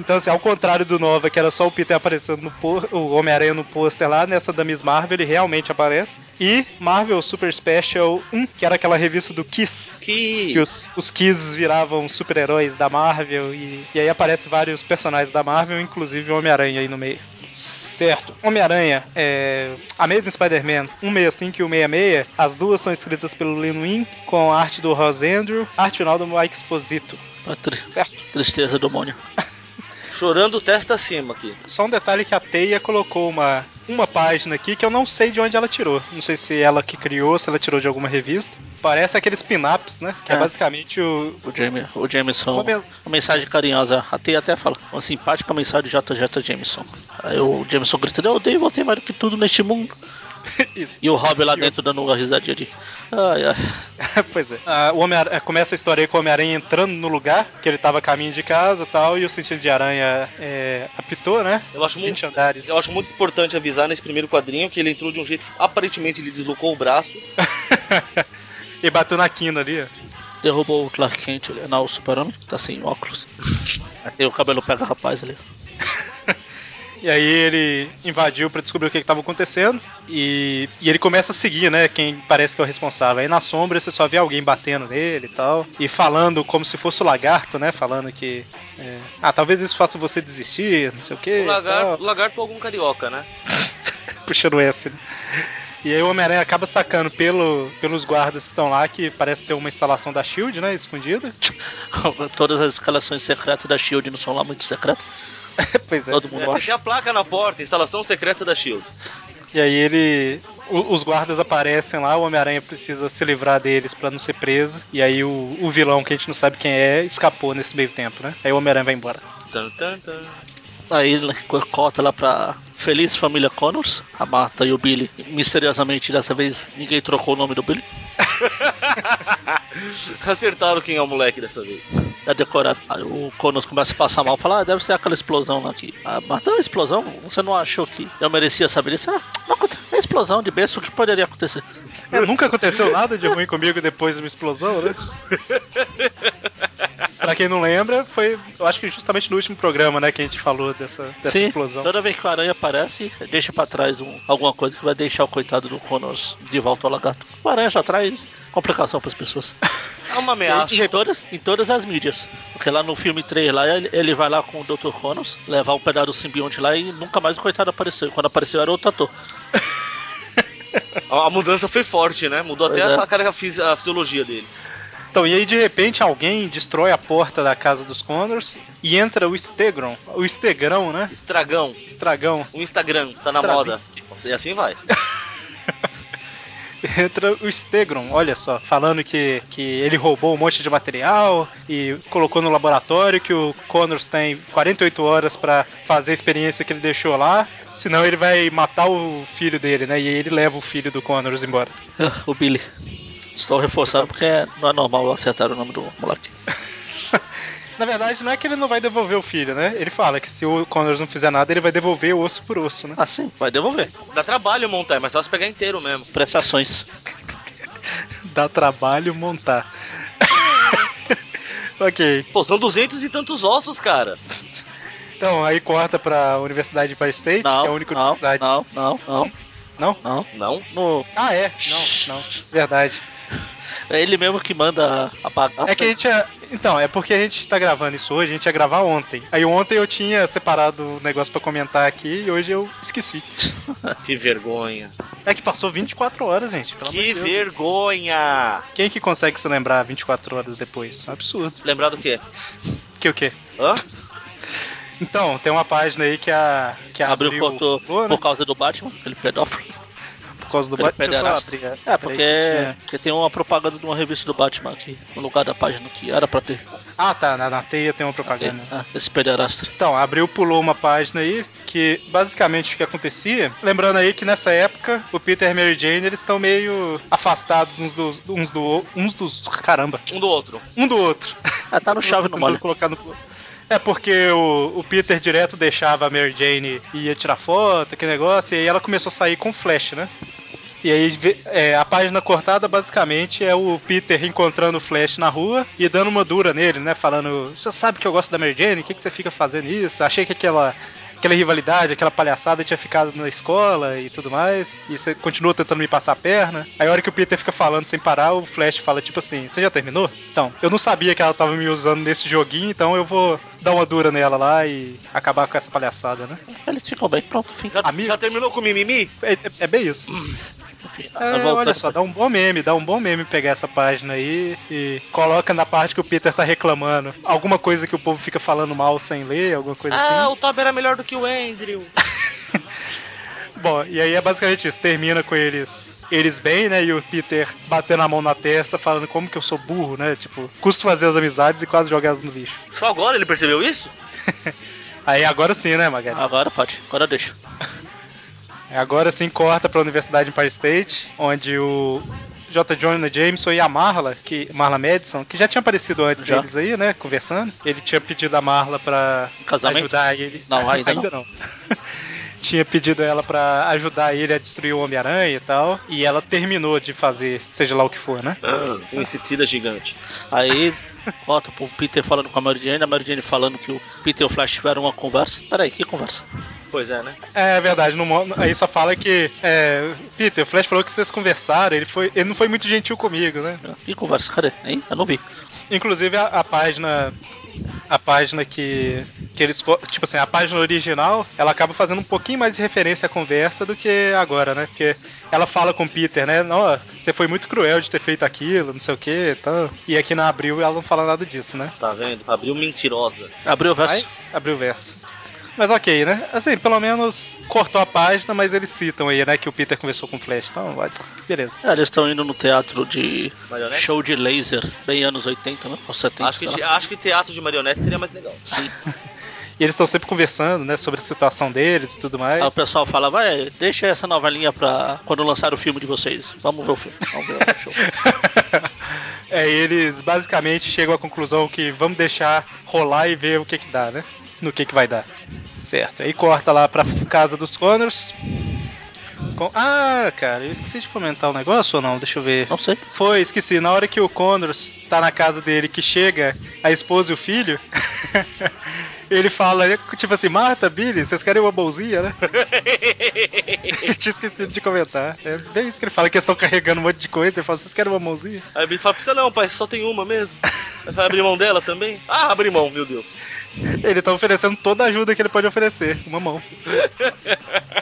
S1: Então, assim, ao contrário do Nova, que era só o Peter aparecendo no pô- o Homem-Aranha no pôster lá, nessa da Miss Marvel ele realmente aparece. E Marvel Super Special 1, que era aquela revista do Kiss,
S3: Que.
S1: que os, os Kiss viravam super-heróis da Marvel, e, e aí aparece vários personagens da Marvel, inclusive o Homem-Aranha aí no meio. Certo. Homem-Aranha, é... Amazing Spider-Man assim 165 e 166, é as duas são escritas pelo Lin Wing, com a arte do Ross Andrew, arte final do Mike Exposito,
S2: A tri-
S1: certo?
S2: tristeza do Mônio.
S3: Chorando testa acima aqui.
S1: Só um detalhe que a Teia colocou uma uma página aqui que eu não sei de onde ela tirou. Não sei se ela que criou, se ela tirou de alguma revista. Parece aqueles pin-ups, né? Que é,
S2: É. Então,
S1: basicamente o.
S2: O, Jamie, o Jameson.
S1: Uma men-
S2: Uma mensagem carinhosa. Até até fala. Uma simpática mensagem de JJ Jameson. Aí o Jameson gritando, eu odeio você mais do que tudo neste mundo.
S1: Isso.
S2: E o Rob lá dentro dando uma risadinha de. Ai, ai.
S1: pois é. Ah, o Homem começa a história aí com o Homem-Aranha entrando no lugar, que ele tava a caminho de casa e tal, e o sentido de aranha é, apitou, né?
S3: Eu acho
S1: 20
S3: muito.
S1: andares.
S3: Eu acho muito importante avisar nesse primeiro quadrinho que ele entrou de um jeito que aparentemente ele deslocou o braço.
S1: e bateu na quina ali. ó.
S2: Derrubou o Clark Kent, ali. não, o super-homem, tá sem óculos. Aí o cabelo pega rapaz ali.
S1: E aí ele invadiu pra descobrir o que, que tava acontecendo. E, e ele começa a seguir, né? Quem parece que é o responsável. Aí na sombra você só vê alguém batendo nele e tal. E falando como se fosse o lagarto, né? Falando que. é, ah, talvez isso faça você desistir, não sei o quê.
S3: O
S1: e
S3: lagarto,
S1: tal",
S3: o lagarto ou algum carioca, né?
S1: Puxando o S, né? E aí o Homem-Aranha acaba sacando pelo, pelos guardas que estão lá, que parece ser uma instalação da Shield, né? Escondida.
S2: Todas as escalações secretas da Shield não são lá muito secretas.
S1: pois é.
S2: Todo
S3: É,
S2: mundo acha.
S3: tem a placa na porta, instalação secreta da Shield.
S1: E aí ele. o- Os guardas aparecem lá, o Homem-Aranha precisa se livrar deles pra não ser preso. E aí o, o vilão, que a gente não sabe quem é, escapou nesse meio tempo, né? Aí o Homem-Aranha vai embora.
S3: Tan, tan, tan.
S2: Aí ele corta lá pra Feliz Família Connors, a Marta e o Billy. Misteriosamente, dessa vez, ninguém trocou o nome do Billy.
S3: Acertaram quem é o moleque dessa vez.
S2: É decorado. Aí o Connors começa a passar mal, fala, ah, deve ser aquela explosão lá aqui. Ah, mas não, explosão? Você não achou que eu merecia saber isso? Ah, não, aconte- é explosão de berço, o que poderia acontecer?
S1: É, nunca aconteceu nada de ruim comigo depois de uma explosão, né? pra quem não lembra, foi. Eu acho que justamente no último programa, né, que a gente falou dessa, dessa
S2: Sim,
S1: explosão.
S2: toda vez que o aranha aparece, deixa pra trás um- alguma coisa que vai deixar o coitado do Connors de volta ao lagarto. O aranha só traz complicação pras pessoas.
S3: É uma ameaça.
S2: Em todas, em todas as mídias. Porque lá no filme 3, lá, ele, ele vai lá com o Dr. Connors, levar um pedaço do simbionte lá e nunca mais o coitado apareceu. Quando apareceu era outro ator.
S3: A a mudança foi forte, né? Mudou
S2: Pois
S3: até
S2: é.
S3: a cara, a, fisi- a fisiologia dele.
S1: Então, e aí de repente alguém destrói a porta da casa dos Connors e entra o Stegron. O Stegrão, né?
S3: Estragão.
S1: Estragão.
S3: O Instagram, tá na moda.
S1: Strazinski.
S3: E assim vai.
S1: entra o Stegron, olha só, falando que, que ele roubou um monte de material e colocou no laboratório que o Connors tem 48 horas pra fazer a experiência que ele deixou lá, senão ele vai matar o filho dele, né? E aí ele leva o filho do Connors embora.
S2: o Billy. Estou reforçando porque não é normal acertar o nome do moleque.
S1: Na verdade, não é que ele não vai devolver o filho, né? Ele fala que se o Connors não fizer nada, ele vai devolver o osso por osso, né?
S2: Ah, sim, vai devolver.
S3: Dá trabalho montar, mas só se pegar inteiro mesmo.
S2: Prestações.
S1: Dá trabalho montar. ok,
S3: Pô, são duzentos e tantos ossos, cara.
S1: então aí corta pra Universidade de Paris State,
S2: Não,
S1: que é a única
S2: não,
S1: universidade.
S2: não, não, não,
S1: Não?
S2: não.
S3: Não?
S2: No-
S1: Ah, é? Não, não. Verdade.
S2: é ele mesmo que manda a bagaça.
S1: É que a gente ia... Então, é porque a gente tá gravando isso hoje, a gente ia gravar ontem. Aí ontem eu tinha separado o negócio pra comentar aqui e hoje eu esqueci.
S3: Que vergonha.
S1: É que passou 24 horas, gente. Pelo amor
S3: Que
S1: de Deus.
S3: vergonha.
S1: Quem que consegue se lembrar 24 horas depois? Isso é um absurdo.
S3: Lembrar do quê?
S1: Que o quê?
S3: Hã?
S1: Então, tem uma página aí que a. Que a
S2: abriu o
S1: Abril
S2: conto
S1: colocou, né?
S2: por causa do Batman, aquele pedófilo.
S1: por causa do
S2: pelo
S1: Batman. Deixa eu só
S2: pederasta.
S1: abrir,
S2: É,
S1: Ah, peraí,
S2: porque,
S1: que tinha-
S2: porque tem uma propaganda de uma revista do Batman aqui, no lugar da página que era pra ter.
S1: Ah, tá. Na, na teia tem uma propaganda.
S2: Ah, esse pederastra.
S1: Então, abriu, pulou uma página aí que basicamente o que acontecia. Lembrando aí que nessa época o Peter e a Mary Jane eles estão meio afastados uns dos uns do uns dos caramba,
S3: Um do outro.
S1: um do outro.
S2: Ah, tá no chave no
S1: Tentando
S2: molho.
S1: colocar no- É porque o, o Peter direto deixava a Mary Jane e ia tirar foto, aquele negócio, e aí ela começou a sair com flash, né? E aí vê- é, a página cortada basicamente é o Peter encontrando o Flash na rua e dando uma dura nele, né? Falando, você sabe que eu gosto da Mary Jane, o que, que você fica fazendo isso? Achei que aquela, aquela rivalidade, aquela palhaçada tinha ficado na escola e tudo mais. E você continua tentando me passar a perna. Aí a hora que o Peter fica falando sem parar, o Flash fala tipo assim, você já terminou? Então, eu não sabia que ela tava me usando nesse joguinho, então eu vou dar uma dura nela lá e acabar com essa palhaçada, né?
S2: Eles ficam bem, pronto, fim.
S3: Já,
S1: Amigo.
S3: já terminou com o mimimi?
S1: É- é- é bem isso.
S2: Enfim,
S1: É,
S2: ah, voltando
S1: olha só, dá um bom meme, dá um bom meme pegar essa página aí e coloca na parte que o Peter tá reclamando. Alguma coisa que o povo fica falando mal sem ler, alguma coisa
S3: Ah,
S1: assim.
S3: o Toby era melhor do que o Andrew.
S1: Bom, e aí é basicamente isso. Termina com eles eles bem, né? E o Peter batendo a mão na testa, falando como que eu sou burro, né? Tipo, custo fazer as amizades e quase jogar elas no lixo.
S3: Só agora ele percebeu isso?
S1: Aí agora sim, né, Magali?
S2: Agora pode, agora deixa.
S1: Agora sim corta pra Universidade Empire State, onde o J. Jonah Jameson e a Marla, que, Marla Madison, que já tinha aparecido antes
S2: Já.
S1: deles aí, né? Conversando. Ele tinha pedido a Marla pra
S2: Um Casamento?
S1: ajudar ele.
S2: Não, ainda
S1: não. tinha pedido ela pra ajudar ele a destruir o Homem-Aranha e tal. E ela terminou de fazer, seja lá o que for, né?
S3: Um inseticida gigante.
S2: Aí corta pro Peter falando com a Mary Jane, a Mary Jane falando que o Peter e o Flash tiveram uma conversa. Peraí, que conversa?
S3: Pois é, né?
S1: É verdade, no mo- aí só fala que. é, Peter, o Flash falou que vocês conversaram, ele, foi, ele não foi muito gentil comigo, né?
S2: Que conversa? Cadê? Hein? Eu não vi.
S1: Inclusive a, a página. A página que. que eles. co- Tipo assim, a página original, ela acaba fazendo um pouquinho mais de referência à conversa do que agora, né? Porque ela fala com o Peter, né? Não, você foi muito cruel de ter feito aquilo, não sei o que e tal. E aqui na abril ela não fala nada disso, né?
S3: Tá vendo? Abriu mentirosa.
S2: Abriu o verso.
S1: Mas abriu o verso. Mas ok, né? Assim, pelo menos cortou a página, mas eles citam aí, né? Que o Peter conversou com o Flash. Então, vai. beleza.
S2: É, eles estão indo no teatro de
S3: Marionete?
S2: show de laser, bem anos 80, né? Ou 70,
S3: Acho que,
S2: sei
S3: te-
S2: lá.
S3: acho que teatro de marionete seria mais legal.
S2: Sim.
S1: E eles estão sempre conversando, né? Sobre a situação deles e tudo mais.
S2: Aí o pessoal fala, vai, deixa essa novelinha pra quando lançar o filme de vocês. Vamos ver o filme. Vamos ver o show.
S1: é, eles basicamente chegam à conclusão que vamos deixar rolar e ver o que que dá, né? No que que vai dar. Certo. Aí corta lá pra casa dos Connors. Com- Ah, cara, eu esqueci de comentar um negócio ou não? Deixa eu ver.
S2: Não sei.
S1: Foi, esqueci. Na hora que o Connors tá na casa dele, que chega a esposa e o filho, ele fala, tipo assim, Marta, Billy, vocês querem uma bolsinha, né? Tinha esquecido de comentar. É bem isso que ele fala, que eles estão carregando um monte de coisa. Ele fala, vocês querem uma mãozinha?
S3: Aí ele fala, precisa não, pai, só tem uma mesmo. Aí Vai abrir mão dela também? Ah, abrir mão, meu Deus.
S1: Ele tá oferecendo toda a ajuda que ele pode oferecer, uma mão.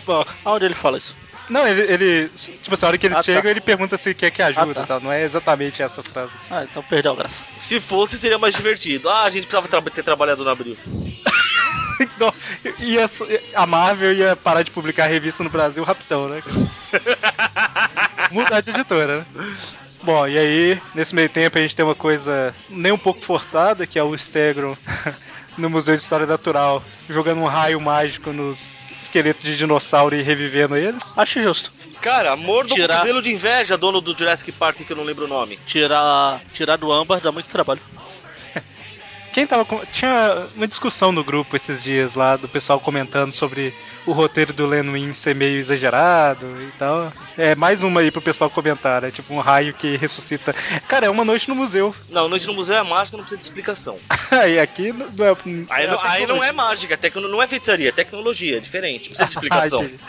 S1: Bom,
S2: Aonde ele fala isso?
S1: não, ele, ele- tipo assim, a hora que eles
S2: Ah, tá.
S1: chegam, ele pergunta se quer que ajuda,
S2: Ah, tá.
S1: e tal. não é exatamente essa frase.
S2: Ah, então perdeu a graça.
S3: Se fosse, seria mais divertido. Ah, a gente precisava tra- ter trabalhado no abril.
S1: Não, ia, Então, a Marvel ia parar de publicar a revista no Brasil rapidão, né? Mudar de editora, né? Bom, e aí, nesse meio tempo, a gente tem uma coisa nem um pouco forçada, que é o Stegron no Museu de História Natural, jogando um raio mágico nos esqueletos de dinossauro e revivendo eles.
S2: Acho justo.
S3: Cara, amor do
S2: Tirar-
S3: cabelo de inveja, dono do Jurassic Park, que eu não lembro o nome.
S2: Tirar, tirar do âmbar dá muito trabalho.
S1: Quem tava. com- Tinha uma discussão no grupo esses dias lá, do pessoal comentando sobre o roteiro do Len Wein ser meio exagerado e tal. É mais uma aí pro pessoal comentar, é tipo um raio que ressuscita. Cara, é uma noite no museu.
S3: Não, Noite no Museu é mágica, não precisa de explicação.
S1: e aqui não não é.
S3: Aí,
S1: é
S3: não, aí não
S1: tecnologia.
S3: é mágica, é tecno- não é feitiçaria, é tecnologia, é diferente. Precisa de explicação.
S1: Ah, entendi,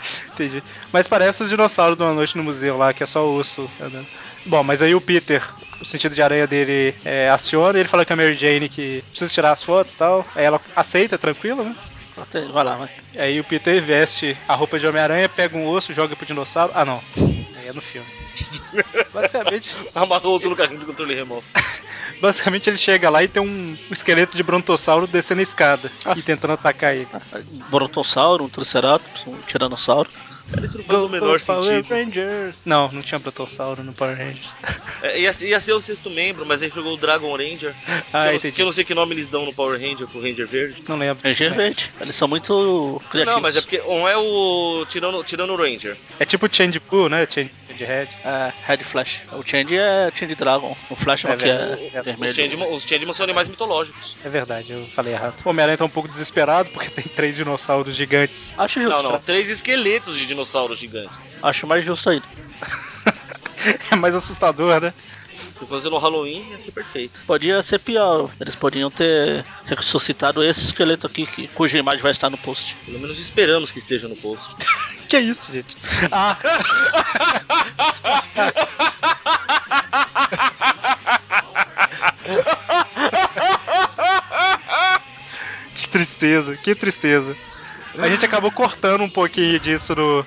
S1: entendi. Mas parece os dinossauros de uma noite no museu lá, que é só osso. Bom, mas aí o Peter, o sentido de aranha dele é, aciona, ele fala com a Mary Jane que precisa tirar as fotos e tal. Aí ela aceita, tranquila, né?
S2: Até- Vai lá, vai.
S1: Aí o Peter veste a roupa de Homem-Aranha, pega um osso, joga pro dinossauro. Ah, não. Aí é no filme. Basicamente,
S3: Amarrou outro no carrinho do controle remoto.
S1: basicamente ele chega lá e tem um esqueleto de brontossauro descendo a escada
S2: Ah.
S1: e tentando atacar ele.
S2: Um Brontossauro, um Triceratops, um Tiranossauro.
S3: Cara, isso não faz o menor
S1: Power
S3: sentido.
S1: Rangers. Não, não tinha brontossauro no Power Rangers.
S3: É, ia, ser- ia ser o sexto membro, mas aí jogou o Dragon Ranger.
S1: Ah,
S3: que, eu não, que
S1: entendi.
S3: eu não sei que nome eles dão no Power Ranger pro Ranger Verde.
S1: Não lembro.
S2: Ranger É Verde. Eles são muito criativos.
S3: Não, mas é porque um é o Tirano, tirano Ranger.
S1: É tipo Change Poo, né? Change Head.
S2: É, Red Flash. O Change é Change Dragon. O Flash é,
S1: É
S2: o que
S1: verdade.
S2: é,
S1: É.
S3: Os
S2: vermelho.
S3: Changeman os Changeman são animais mitológicos.
S1: É verdade, eu falei errado. O Homem-Aranha tá um pouco desesperado porque tem três dinossauros gigantes.
S2: Acho justo. né?
S3: Não, não. Três esqueletos de dinossauros gigantes.
S2: Acho mais justo ainda.
S1: É mais assustador, né?
S3: Se fosse no Halloween, ia ser perfeito.
S2: Podia ser pior. Eles podiam ter ressuscitado esse esqueleto aqui, que, cuja imagem vai estar no post.
S3: Pelo menos esperamos que esteja no post.
S1: Que isso, gente? Ah, que tristeza, que tristeza. A gente acabou cortando um pouquinho disso no,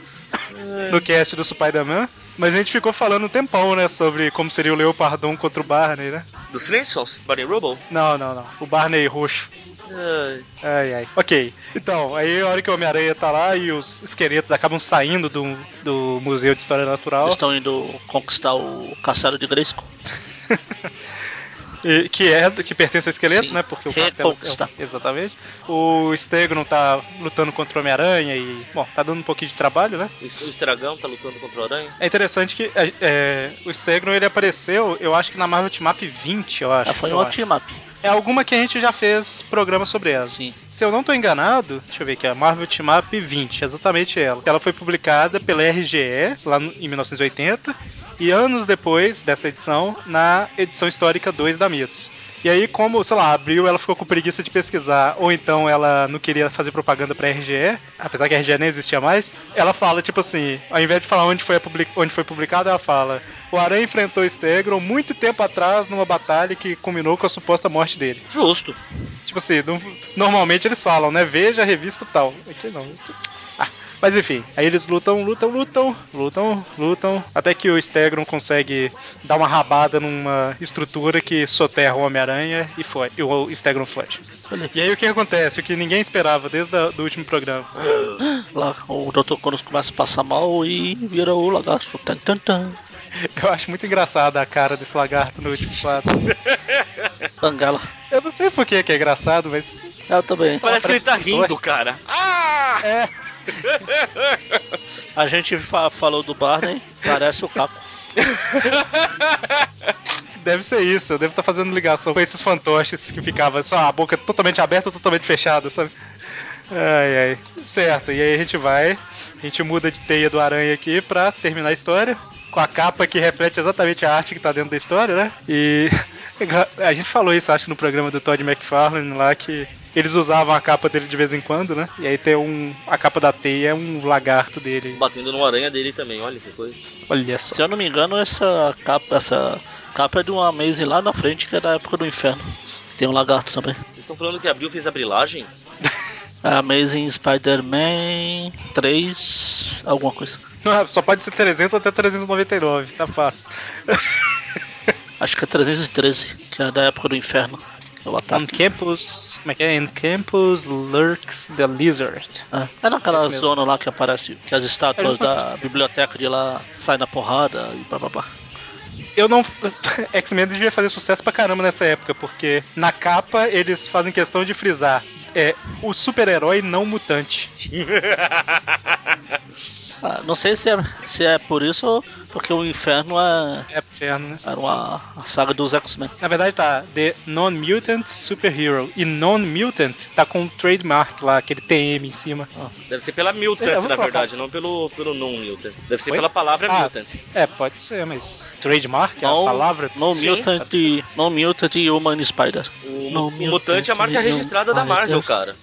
S1: no cast do Spider-Man, mas a gente ficou falando um tempão, né, sobre como seria o Leopardon contra o Barney, né?
S3: Do Silêncio, Barney Rubble? É,
S1: Não, não, não. O Barney roxo.
S3: Ai.
S1: Ai, ai. Ok. Então, aí a hora que o Homem-Aranha tá lá e os esqueletos acabam saindo do, do Museu de História Natural.
S2: Eles estão indo conquistar o castelo de Grayskull.
S1: E- que é do- que pertence ao esqueleto,
S2: Sim.
S1: né? Porque o
S2: Reconquista.
S1: é, exatamente. O Stegron tá lutando contra o Homem-Aranha e, bom, tá dando um pouquinho de trabalho, né?
S3: O o Estragão tá lutando contra o Aranha.
S1: É interessante que é, é, o Stegron ele apareceu, eu acho que na Marvel Team Up 20, eu acho.
S2: Ah, foi
S1: eu
S2: um
S1: acho.
S2: team-up.
S1: É alguma que a gente já fez programa sobre ela.
S2: Sim.
S1: Se eu não tô enganado, deixa eu ver aqui, a Marvel Team Up 20, exatamente ela. Ela foi publicada pela RGE lá no- em 1980 e anos depois dessa edição na edição histórica 2 da Mitos. E aí, como, sei lá, abriu, ela ficou com preguiça de pesquisar, ou então ela não queria fazer propaganda pra RGE, apesar que a RGE nem existia mais, ela fala, tipo assim, ao invés de falar onde foi, a public- onde foi publicado, ela fala: O Aranha enfrentou Stegron muito tempo atrás numa batalha que culminou com a suposta morte dele.
S3: Justo.
S1: Tipo assim, não- normalmente eles falam, né? Veja a revista tal. Aqui não. Aqui- Ah, mas enfim, aí eles lutam, lutam, lutam, lutam, lutam. Até que o Stegron consegue dar uma rabada numa estrutura que soterra o Homem-Aranha e foi. E o Stegron foge.
S2: Beleza.
S1: E aí o que acontece? O que ninguém esperava desde a- do último programa.
S2: Lá o Dr. Conos começa a passar mal e vira o lagarto. Tan, tan, tan.
S1: Eu acho muito engraçada a cara desse lagarto no último quadro.
S2: Bangala. É,
S1: Eu não sei por que que é engraçado, mas.
S2: Eu também.
S3: Parece que ele tá
S1: pessoas.
S3: rindo, cara. Ah!
S1: É,
S2: A gente fa- falou do Barney, parece o Caco.
S1: Deve ser isso, eu devo estar fazendo ligação com esses fantoches que ficavam só a boca totalmente aberta ou totalmente fechada, sabe? Ai, ai. Certo, e aí a gente vai, a gente muda de teia do aranha aqui pra terminar a história. Com a capa que reflete exatamente a arte que tá dentro da história, né? E a gente falou isso, acho, no programa do Todd McFarlane lá, que eles usavam a capa dele de vez em quando, né? E aí tem um. A capa da teia é um lagarto dele.
S3: Batendo no aranha dele também, olha que coisa.
S1: Olha só.
S2: Se eu não me engano, essa capa, essa capa é de uma Maze lá na frente, que é da época do inferno. Tem um lagarto também.
S3: Vocês estão falando que abriu fez a brilagem?
S2: A Amazing Spider-Man 3, alguma coisa.
S1: Não, Só pode ser 300 até 399, tá fácil.
S2: Acho que é 313, que é da época do inferno. Eu
S1: On
S2: ataque.
S1: campus. Como é que é? On campus lurks the lizard.
S2: É naquela
S1: Esse mesmo.
S2: zona lá que aparece, que as estátuas
S1: Era
S2: da biblioteca de lá saem na porrada e blá blá blá.
S1: Eu não. X-Men devia fazer sucesso pra caramba nessa época, porque na capa eles fazem questão de frisar. É o super-herói não mutante.
S2: Ah, não sei se é, se é por isso ou porque o inferno é,
S1: É inferno, né?
S2: era uma a saga dos X-Men.
S1: Na verdade tá The Non-Mutant Superhero. E Non-Mutant tá com um trademark lá, aquele TM em cima.
S3: Deve ser pela Mutant,
S1: É, vamos
S3: na
S1: colocar.
S3: verdade, não pelo, pelo non-Mutant. Deve ser
S1: Oi?
S3: pela palavra
S1: Ah,
S3: Mutant.
S1: É, pode ser, mas. Trademark? É a
S2: Não-
S1: palavra?
S2: No
S1: Sim.
S2: Mutant, e- no Mutant e Human Spider.
S3: O,
S2: não, Ah,
S3: mu- o mutante é a marca
S2: Mutant,
S3: registrada da
S2: não,
S3: Marvel,
S2: Deus.
S3: cara.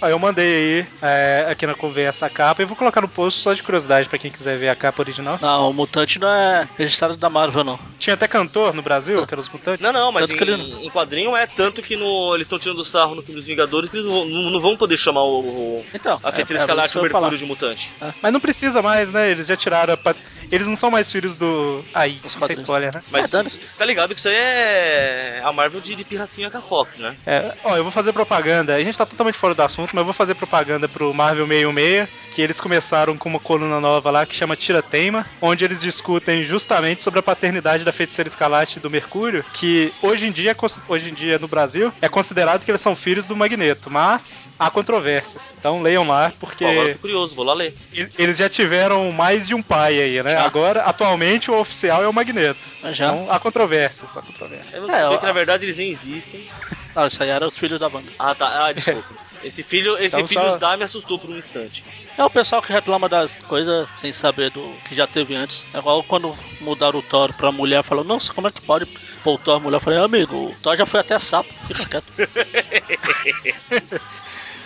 S1: Aí eu mandei aí, é, aqui na conversa, a capa. Eu vou colocar no post só de curiosidade pra quem quiser ver a capa original.
S2: Não, o Mutante não é registrado da Marvel, não.
S1: Tinha até cantor no Brasil, que era os mutantes.
S3: Não, não, mas
S2: Tanto que ele-
S3: em, em quadrinho é tanto que no, eles estão tirando sarro no filme dos Vingadores que eles não, não- não vão poder chamar o, o-
S2: Então,
S3: a feiticeira
S2: é- é
S3: escalate
S2: isso que
S3: o
S2: eu ia falar. Ah,
S3: Mercúrio de mutante.
S1: Mas não precisa mais, né? Eles já tiraram a pat... Eles não são mais filhos do. Aí,
S2: Os
S1: isso é
S2: quadrinhos.
S1: spoiler, né?
S3: Mas
S2: É, dane-se.
S3: você tá ligado que isso aí é a Marvel de, de pirracinha com a Fox, né?
S1: É, ó, eu vou fazer propaganda. A gente tá totalmente fora do assunto, mas eu vou fazer propaganda pro Marvel 66, que eles começaram com uma coluna nova lá que chama Tira Teima, onde eles discutem justamente sobre a paternidade da feiticeira escalate e do Mercúrio, que hoje em dia, é cons- hoje em dia no Brasil é considerado que eles são filhos do Magneto, mas há controvérsias. Então leiam lá, porque.
S3: Pô, agora eu tô curioso, vou lá ler.
S1: E- Eles já tiveram mais de um pai aí, né?
S2: Já.
S1: Agora, atualmente, o oficial é o Magneto.
S2: Mas Já.
S1: Então, há controvérsias, há controvérsias.
S2: É,
S3: Eu descobri
S2: ó.
S3: que na verdade eles nem existem.
S2: Não, isso aí era os filhos da banda.
S3: Ah, tá. Ah, desculpa. Esse filho, esse
S1: Então,
S3: filho
S1: só-
S3: da me assustou por um instante.
S2: É o pessoal que reclama das coisas sem saber do que já teve antes. É igual quando mudaram o Thor pra mulher, falou, nossa, como é que pode pôr o Thor mulher? Eu falei, amigo, o Thor já foi até sapo, fica quieto.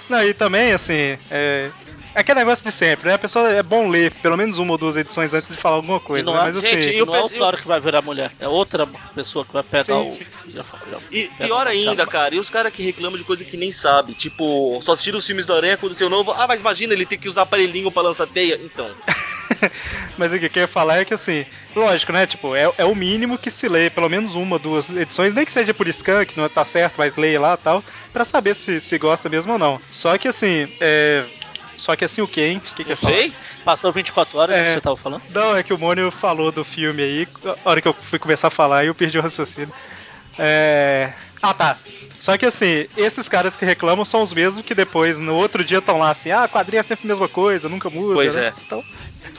S1: Não, e também, assim, é... é aquele negócio de sempre, né? A pessoa é bom ler pelo menos uma ou duas edições antes de falar alguma coisa,
S2: não
S1: né?
S2: há-
S1: Mas assim,
S3: Gente,
S2: E
S3: Eu
S2: não é o
S3: pensei-
S2: Thor que vai virar mulher, é outra pessoa que vai pegar
S1: Sim,
S2: o.
S1: sim.
S2: Já- já-
S3: E
S2: já-
S3: pior
S2: já-
S3: ainda, cara, e os caras que reclamam de coisa que nem sabe. Tipo, só assistiram os filmes do Aranha quando seu novo. Ah, mas imagina ele ter que usar aparelhinho pra lançar teia. Então.
S1: Mas o que eu queria falar é que, assim, lógico, né? Tipo, é, é o mínimo que se lê, pelo menos uma, duas edições, nem que seja por scan, que não tá certo, mas leia lá e tal, pra saber se, se gosta mesmo ou não. Só que, assim, é. Só que assim o quê, hein? O que, que é
S2: Não sei. Passou 24 horas, o que
S1: É.
S2: você tava falando?
S1: Não, é que o Mônio falou do filme aí, a hora que eu fui começar a falar, eu perdi o raciocínio. É... Ah, tá. Só que assim, esses caras que reclamam são os mesmos que depois, no outro dia, estão lá assim, ah, quadrinho é sempre a mesma coisa, nunca muda.
S3: Pois
S1: né?
S3: é.
S1: Então,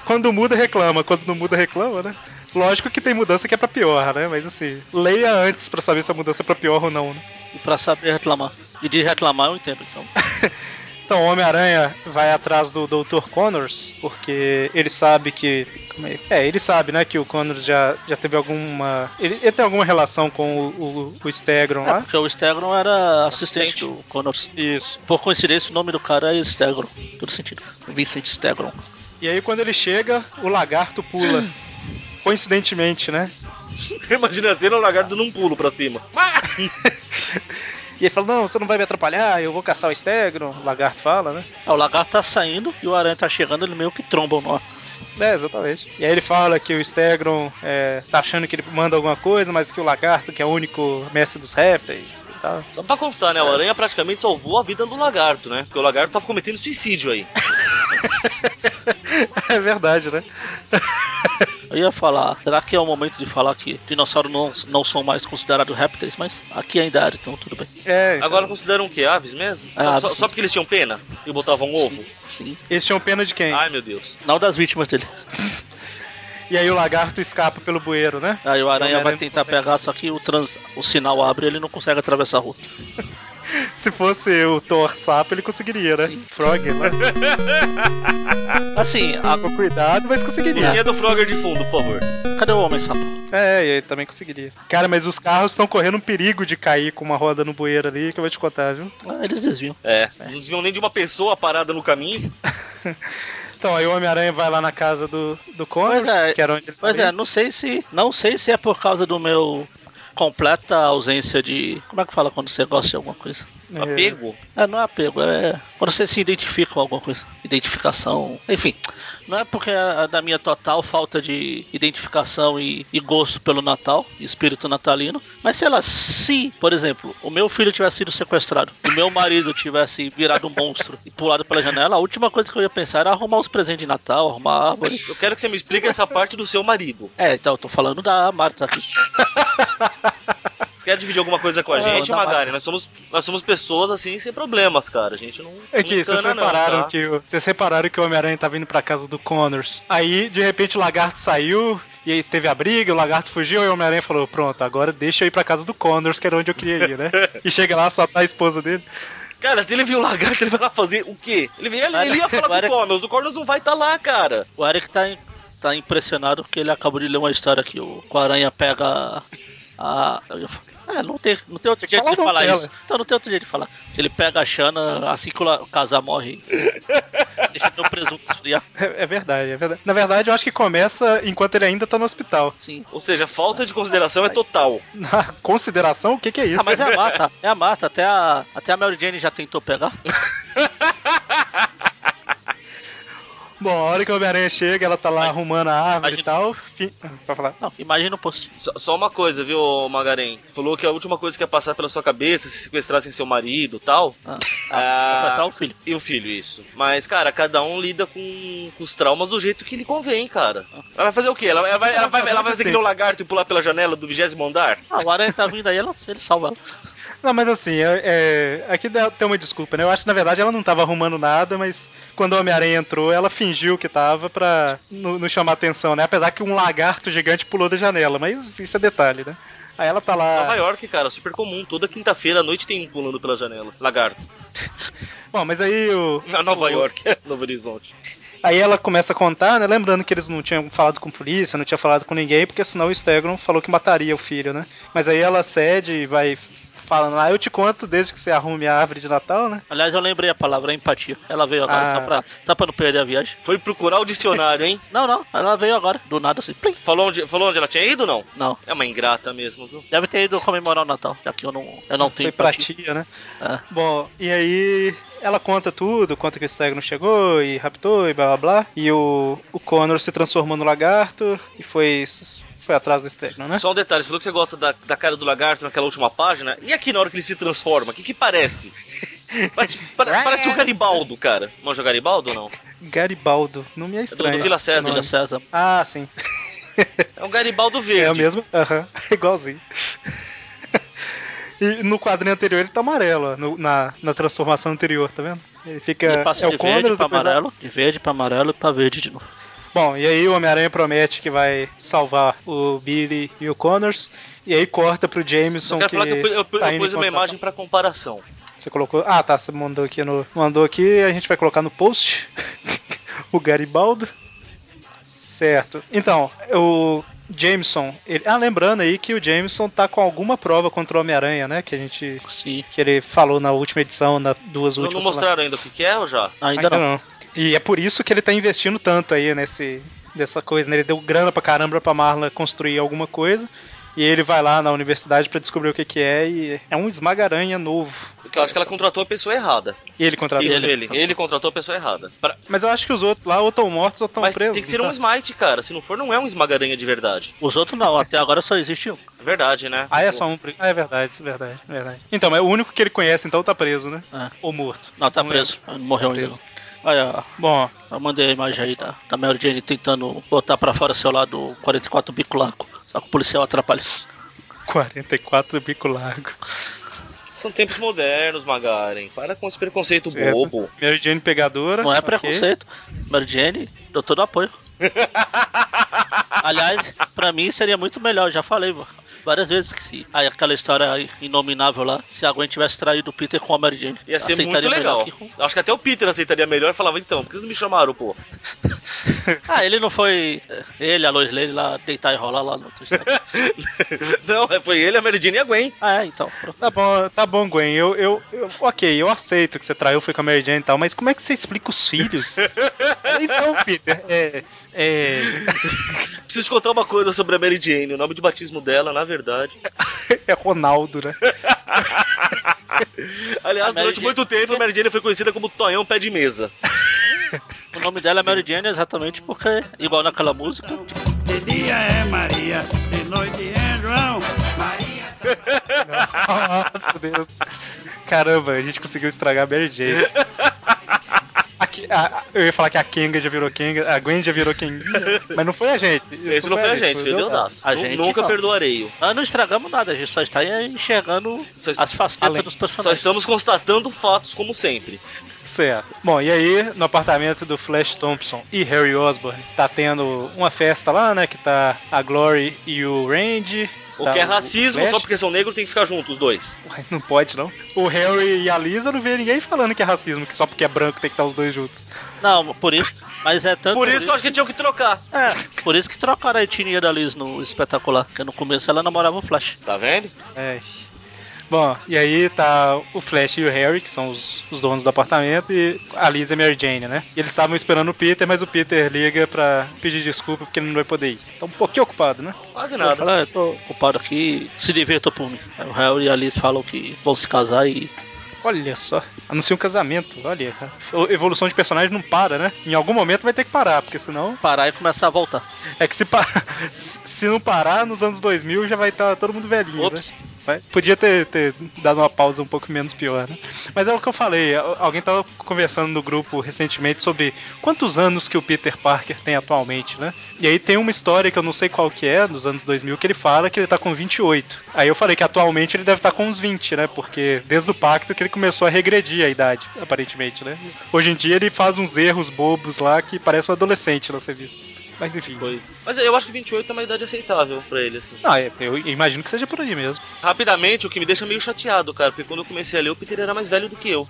S1: quando muda, reclama. Quando não muda, reclama, né? Lógico que tem mudança que é pra pior, né? Mas assim, leia antes pra saber se a mudança é pra pior ou não, né?
S2: E pra saber reclamar. E de reclamar eu entendo, então.
S1: Então, o Homem-Aranha vai atrás do Dr. Connors, porque ele sabe que. Como é? é, ele sabe, né, que o Connors já, já teve alguma. Ele, ele tem alguma relação com o, o, o Stegron
S2: É,
S1: lá.
S2: porque o Stegron era assistente, do Connors.
S1: Isso.
S2: Por coincidência, o nome do cara é Stegron. Todo sentido. Vincent Stegron.
S1: E aí, quando ele chega, o lagarto pula. Coincidentemente, né?
S3: Imagina a cena, o lagarto num pulo pra cima.
S1: E ele fala: Não, você não vai me atrapalhar, eu vou caçar o Stegron. O lagarto fala, né?
S2: Ah, o lagarto tá saindo e o aranha tá chegando, ele meio que tromba o nó.
S1: É, exatamente. E aí ele fala que o Stegron é, tá achando que ele manda alguma coisa, mas que o lagarto, que é o único mestre dos répteis e tal.
S3: Só pra constar,
S1: É.
S3: né? O Aranha praticamente salvou a vida do lagarto, né? Porque o lagarto tava cometendo suicídio aí.
S1: é verdade, né?
S2: Eu ia falar, será que é o momento de falar que dinossauros não, não são mais considerados répteis? Mas aqui ainda era, então tudo bem.
S1: É, então,
S3: Agora consideram que aves
S1: Ah,
S3: mesmo? Só-
S2: Aves.
S3: só, só porque eles tinham pena e botavam um ovo?
S2: Sim, sim.
S1: eles tinham pena é um de quem?
S3: Ai meu Deus.
S2: Não das vítimas dele.
S1: E aí o lagarto escapa pelo bueiro, né?
S2: Aí o aranha
S1: Não,
S2: vai
S1: não
S2: tentar
S1: consegue.
S2: pegar, só que o, trans, o sinal abre e ele não consegue atravessar a rua.
S1: Se fosse o Thor sapo, ele conseguiria, né?
S2: Sim.
S1: Frog, né?
S2: Assim, a-
S1: com cuidado, mas conseguiria.
S3: Musiquinha do Frogger de fundo, por favor.
S2: cadê o homem sapo?
S1: É, e aí também conseguiria. Cara, mas os carros estão correndo um perigo de cair com uma roda no bueiro ali, que eu vou te contar, viu?
S2: Ah, eles desviam.
S3: É. Não desviam nem de uma pessoa parada no caminho.
S1: Então, aí o Homem-Aranha vai lá na casa do, do Connor,
S2: Pois é.
S1: que era onde ele
S2: Pois
S1: tava
S2: é, não sei se. Não sei se é por causa do meu completa ausência de. Como é que fala quando você gosta de alguma coisa?
S1: indo. É.
S3: Apego.
S2: É, não é apego, é. Quando você se identifica com alguma coisa. Identificação. Enfim. Não é porque a- da minha total falta de identificação e, e gosto pelo Natal, e espírito natalino. Mas sei lá, se, por exemplo, o meu filho tivesse sido sequestrado e meu marido tivesse virado um monstro e pulado pela janela, a última coisa que eu ia pensar era arrumar os presentes de Natal, arrumar a árvore.
S3: Eu quero que você me explique essa parte do seu marido.
S2: É, então eu tô falando da Marta aqui.
S3: Você quer dividir alguma coisa com a
S2: Ah,
S3: gente,
S2: dá
S3: Magari? Nós somos, nós somos pessoas assim sem problemas, cara. A gente não.
S1: É que
S3: não
S1: vocês
S3: encana, não,
S1: repararam
S3: tá?
S1: que o- vocês repararam que o Homem-Aranha tá vindo pra casa do Connors. Aí, de repente, o lagarto saiu e aí teve a briga, o lagarto fugiu e o Homem-Aranha falou: "Pronto, agora deixa eu ir pra casa do Connors, que era onde eu queria ir, né?" e chega lá só tá a esposa dele.
S3: Cara, se ele viu o lagarto, ele vai lá fazer o quê? Ele, ele,
S2: Olha,
S3: ele ia falar
S2: agora-
S3: com o Cornos. O Cornos não vai estar lá, cara.
S2: O Eric tá, tá impressionado porque ele acabou de ler uma história que o, que o Aranha pega a. eu ia falar- É, não tem, não tem outro jeito
S1: Fala
S2: de falar
S1: dela.
S2: isso. Então não tem outro jeito de falar. Que ele pega a Xana assim que o la- o casal morre. deixa o presunto esfriar.
S1: É, é verdade, é verdade. Na verdade, eu acho que começa enquanto ele ainda tá no hospital.
S2: Sim.
S3: Ou seja, a falta de consideração é total.
S1: Na consideração, o que que é isso?
S2: Ah, mas é a Marta, é a Marta, até a, até a Mary Jane já tentou pegar.
S1: Bom, a hora que o Homem-Aranha chega, ela tá lá arrumando a árvore
S2: Imagina-
S1: e tal. Fi... Pra falar.
S2: Não, imagina o post.
S3: Só, só uma coisa, viu, Magaren? Você falou que a última coisa que ia passar pela sua cabeça se sequestrassem seu marido e tal.
S2: Ah,
S3: Ah.
S2: ah, o filho.
S3: E o filho, isso. Mas, cara, cada um lida com, com os traumas do jeito que lhe convém, cara. Ela vai fazer o quê? Ela, ela vai, ela vai, ela vai fazer que nem um lagarto e pular pela janela do vigésimo andar?
S2: Ah, o Aranha tá vindo aí, ela, ele salva ela.
S1: Não, mas assim, é, é- aqui dá- tem uma desculpa, né? Eu acho que na verdade ela não tava arrumando nada, mas quando o Homem-Aranha entrou, ela fingiu que tava pra não não chamar atenção, né? Apesar que um lagarto gigante pulou da janela, mas isso é detalhe, né? Aí ela tá
S3: Nova
S1: lá.
S3: York, cara, super comum. Toda quinta-feira à noite tem um pulando pela janela. Lagarto.
S1: Bom, mas aí o,
S3: Na Nova York, Novo Horizonte.
S1: Aí ela começa a contar, né? Lembrando que eles não tinham falado com polícia, não tinha falado com ninguém, porque senão o Stegron falou que mataria o filho, né? Mas aí ela cede e vai falando lá, eu te conto desde que você arrume a árvore de Natal, né?
S2: Aliás, eu lembrei a palavra empatia. Ela veio agora
S1: Ah.
S2: só, pra, só pra não perder a viagem.
S3: Foi procurar o dicionário, hein?
S2: Não, não, ela veio agora, do nada assim. Plim.
S3: Falou onde, falou onde ela tinha ido ou não?
S2: Não,
S3: É uma ingrata mesmo, viu?
S2: deve ter ido comemorar o Natal, já que eu não, eu não tenho
S1: Foi pra
S2: empatia.
S1: tia, né?
S2: É.
S1: Bom, e aí ela conta tudo, conta que o Stagno chegou e raptou e blá blá blá. E o, o Connor se transformou no lagarto e foi, foi atrás do Stagno, né?
S3: Só um detalhe, você falou que você gosta da, da cara do lagarto naquela última página. E aqui na hora que ele se transforma, o que que parece? parece, pare- parece o Garibaldo, cara. Manja o Garibaldo ou não?
S1: Garibaldo, não me é
S3: É do, do
S1: estranho.
S3: Vila César.
S2: Vila César.
S1: Ah, sim.
S3: É um Garibaldo verde.
S1: É o mesmo? Aham, igualzinho. E no quadrinho anterior ele tá amarelo, ó, no- na, na transformação anterior, tá vendo? Ele fica.
S2: Ele passa
S1: é
S2: de
S1: o
S2: verde
S1: Connor,
S2: pra
S1: depois
S2: amarelo, de verde pra amarelo e pra verde de novo.
S1: Bom, e aí o Homem-Aranha promete que vai salvar o Billy e o Connors. E aí corta pro Jameson.
S3: Eu quero falar que eu, pu- eu pu-
S1: tá
S3: eu
S1: indo
S3: pus uma
S1: encontrar-
S3: imagem pra comparação.
S1: Você colocou. Ah, tá. Você mandou aqui no. Mandou aqui, a gente vai colocar no post. o Garibaldo. Certo. Então, o Jameson. ele- Ah, lembrando aí que o Jameson tá com alguma prova contra o Homem-Aranha, né? Que a gente.
S2: Sim,
S1: Que ele falou na última edição, na duas
S3: Não, não
S1: últimas. sei lá.
S3: mostraram ainda o que, que é ou já?
S2: ainda, não.
S1: E é por isso que ele tá investindo tanto aí nesse, nessa coisa, né? Ele deu grana pra caramba pra Marla construir alguma coisa. E ele vai lá na universidade pra descobrir o que que é e é um esmagaranha novo.
S3: Porque eu acho que ela contratou a pessoa errada.
S1: E ele contrata
S3: Isso,
S1: ele.
S3: ele. Ele, contratou a pessoa errada. Pra-
S1: Mas eu acho que os outros lá ou estão mortos ou estão
S3: Mas
S1: presos.
S3: tem que ser
S1: não tá?
S3: um smite, cara. Se não for, não é um esmagaranha de verdade.
S2: Os outros não, até agora só existe um.
S3: É verdade, né?
S1: Ah, é só um. pre- Ah, é verdade, isso é verdade, é verdade. Então, mas o único que ele conhece, então, tá preso, né?
S2: É.
S1: Ou morto.
S2: Não, tá
S1: Não
S2: preso, não morreu ainda.
S1: Um Preso.
S2: não. Olha,
S1: Bom,
S2: eu mandei a imagem aí da, da Mary Jane tentando botar pra fora seu lado 44 bico largo. Só que o policial atrapalha.
S1: 44 bico largo. um-
S3: São tempos modernos, Magaren. Para com esse preconceito
S1: Certo.
S3: bobo.
S1: Mary Jane pegadora.
S2: Não é
S1: ok.
S2: preconceito. Mary Jane, dou todo o apoio. Aliás, pra mim seria muito melhor, já falei va- várias vezes que se aí aquela história aí inominável lá, se a Gwen tivesse traído o Peter com a Mary Jane.
S3: Ia ser muito
S2: aceitaria melhor
S3: legal.
S2: que com-
S3: Acho que até o Peter aceitaria melhor e falava, então, por que vocês não me chamaram, pô?
S2: Ah, ele não foi. Ele, a Lois Lane lá deitar e rolar lá no Twitter.
S3: não, é, foi ele, a Mary Jane e a Gwen.
S2: Ah, é, então. pronto.
S1: Tá bom, tá bom, Gwen. Eu, eu, eu- ok, eu aceito que você traiu, foi com a Mary Jane e tal, mas como é que você explica os filhos? então, Peter, é, é,
S3: Preciso te contar uma coisa sobre a Mary Jane. O nome de batismo dela, na verdade.
S1: é Ronaldo, né?
S3: Aliás,
S2: A Mary
S3: durante
S2: Jane-
S3: muito tempo, a Mary Jane foi conhecida como Tonhão Pé de Mesa.
S2: O nome dela é Mary Jane exatamente porque, igual naquela música,
S5: De dia é Maria, de noite é João.
S1: Nossa, Deus. Caramba, a gente conseguiu estragar a Mary Jane. A Ki- a- a- eu ia falar que a Kenga já virou Kenga, a Gwen já virou Kenga, mas não foi a gente.
S3: Esse não foi a gente, foi o
S1: Deodato.
S3: Deodato.
S2: A
S3: Nu-
S2: gente
S3: Nunca
S2: não.
S3: perdoarei.
S2: nós ah, não estragamos nada, a gente só está aí enxergando
S3: Só est-
S2: as facetas
S1: Além.
S2: dos
S3: Só
S2: personagens.
S3: estamos constatando fatos, como sempre.
S1: Certo. Bom, e aí, no apartamento do Flash Thompson e Harry Osborn, tá tendo uma festa lá, né? Que tá a Glory e o Randy.
S3: O
S1: tá
S3: que é racismo,
S1: Flash.
S3: só porque são negros tem que ficar juntos, os dois.
S1: Ué, Não pode, não. O Harry e a Lisa não vê ninguém falando que é racismo, que só porque é branco tem que estar os dois juntos.
S2: Não, por isso. Mas é tanto.
S3: Por isso que eu acho que tinham que trocar.
S2: É, por isso que trocaram a etnia da Liz no espetacular, porque no começo ela namorava o Flash.
S3: Tá vendo?
S1: É. Bom, e aí tá o Flash e o Harry, que são os, os donos do apartamento, e a Lisa e a Mary Jane, né? E eles estavam esperando o Peter, mas o Peter liga pra pedir desculpa porque ele não vai poder ir. Tá um pouquinho ocupado, né?
S3: Quase
S2: Ela
S3: nada.
S2: fala, "Ah, eu tô ocupado aqui, se divirta por mim. Aí o Harry e a Liz falam que vão se casar e.
S1: Olha só. Anuncia um casamento, olha. A evolução de personagem não para, né? Em algum momento vai ter que parar, porque senão.
S2: Parar e começar a voltar.
S1: É que se, pa... se não parar, nos anos 2000 já vai estar todo mundo velhinho, né?
S3: Ops.
S1: Mas Podia ter, ter dado uma pausa um pouco menos pior, né? Mas é o que eu falei. al- Alguém tava conversando no grupo recentemente sobre quantos anos que o Peter Parker tem atualmente, né? E aí tem uma história que eu não sei qual que é, dos anos 2000, que ele fala que ele tá com 28. Aí eu falei que atualmente ele deve estar com uns 20, né? Porque desde o pacto que ele começou a regredir a idade, aparentemente, né? Hoje em dia ele faz uns erros bobos lá que parece um adolescente nas revistas. Mas enfim.
S3: Pois. Mas eu acho que 28 é uma idade aceitável pra ele, assim.
S1: Ah, é, eu imagino que seja por aí mesmo.
S3: Rapidamente, o que me deixa meio chateado, cara, porque quando eu comecei a ler, o Peter era mais velho do que eu.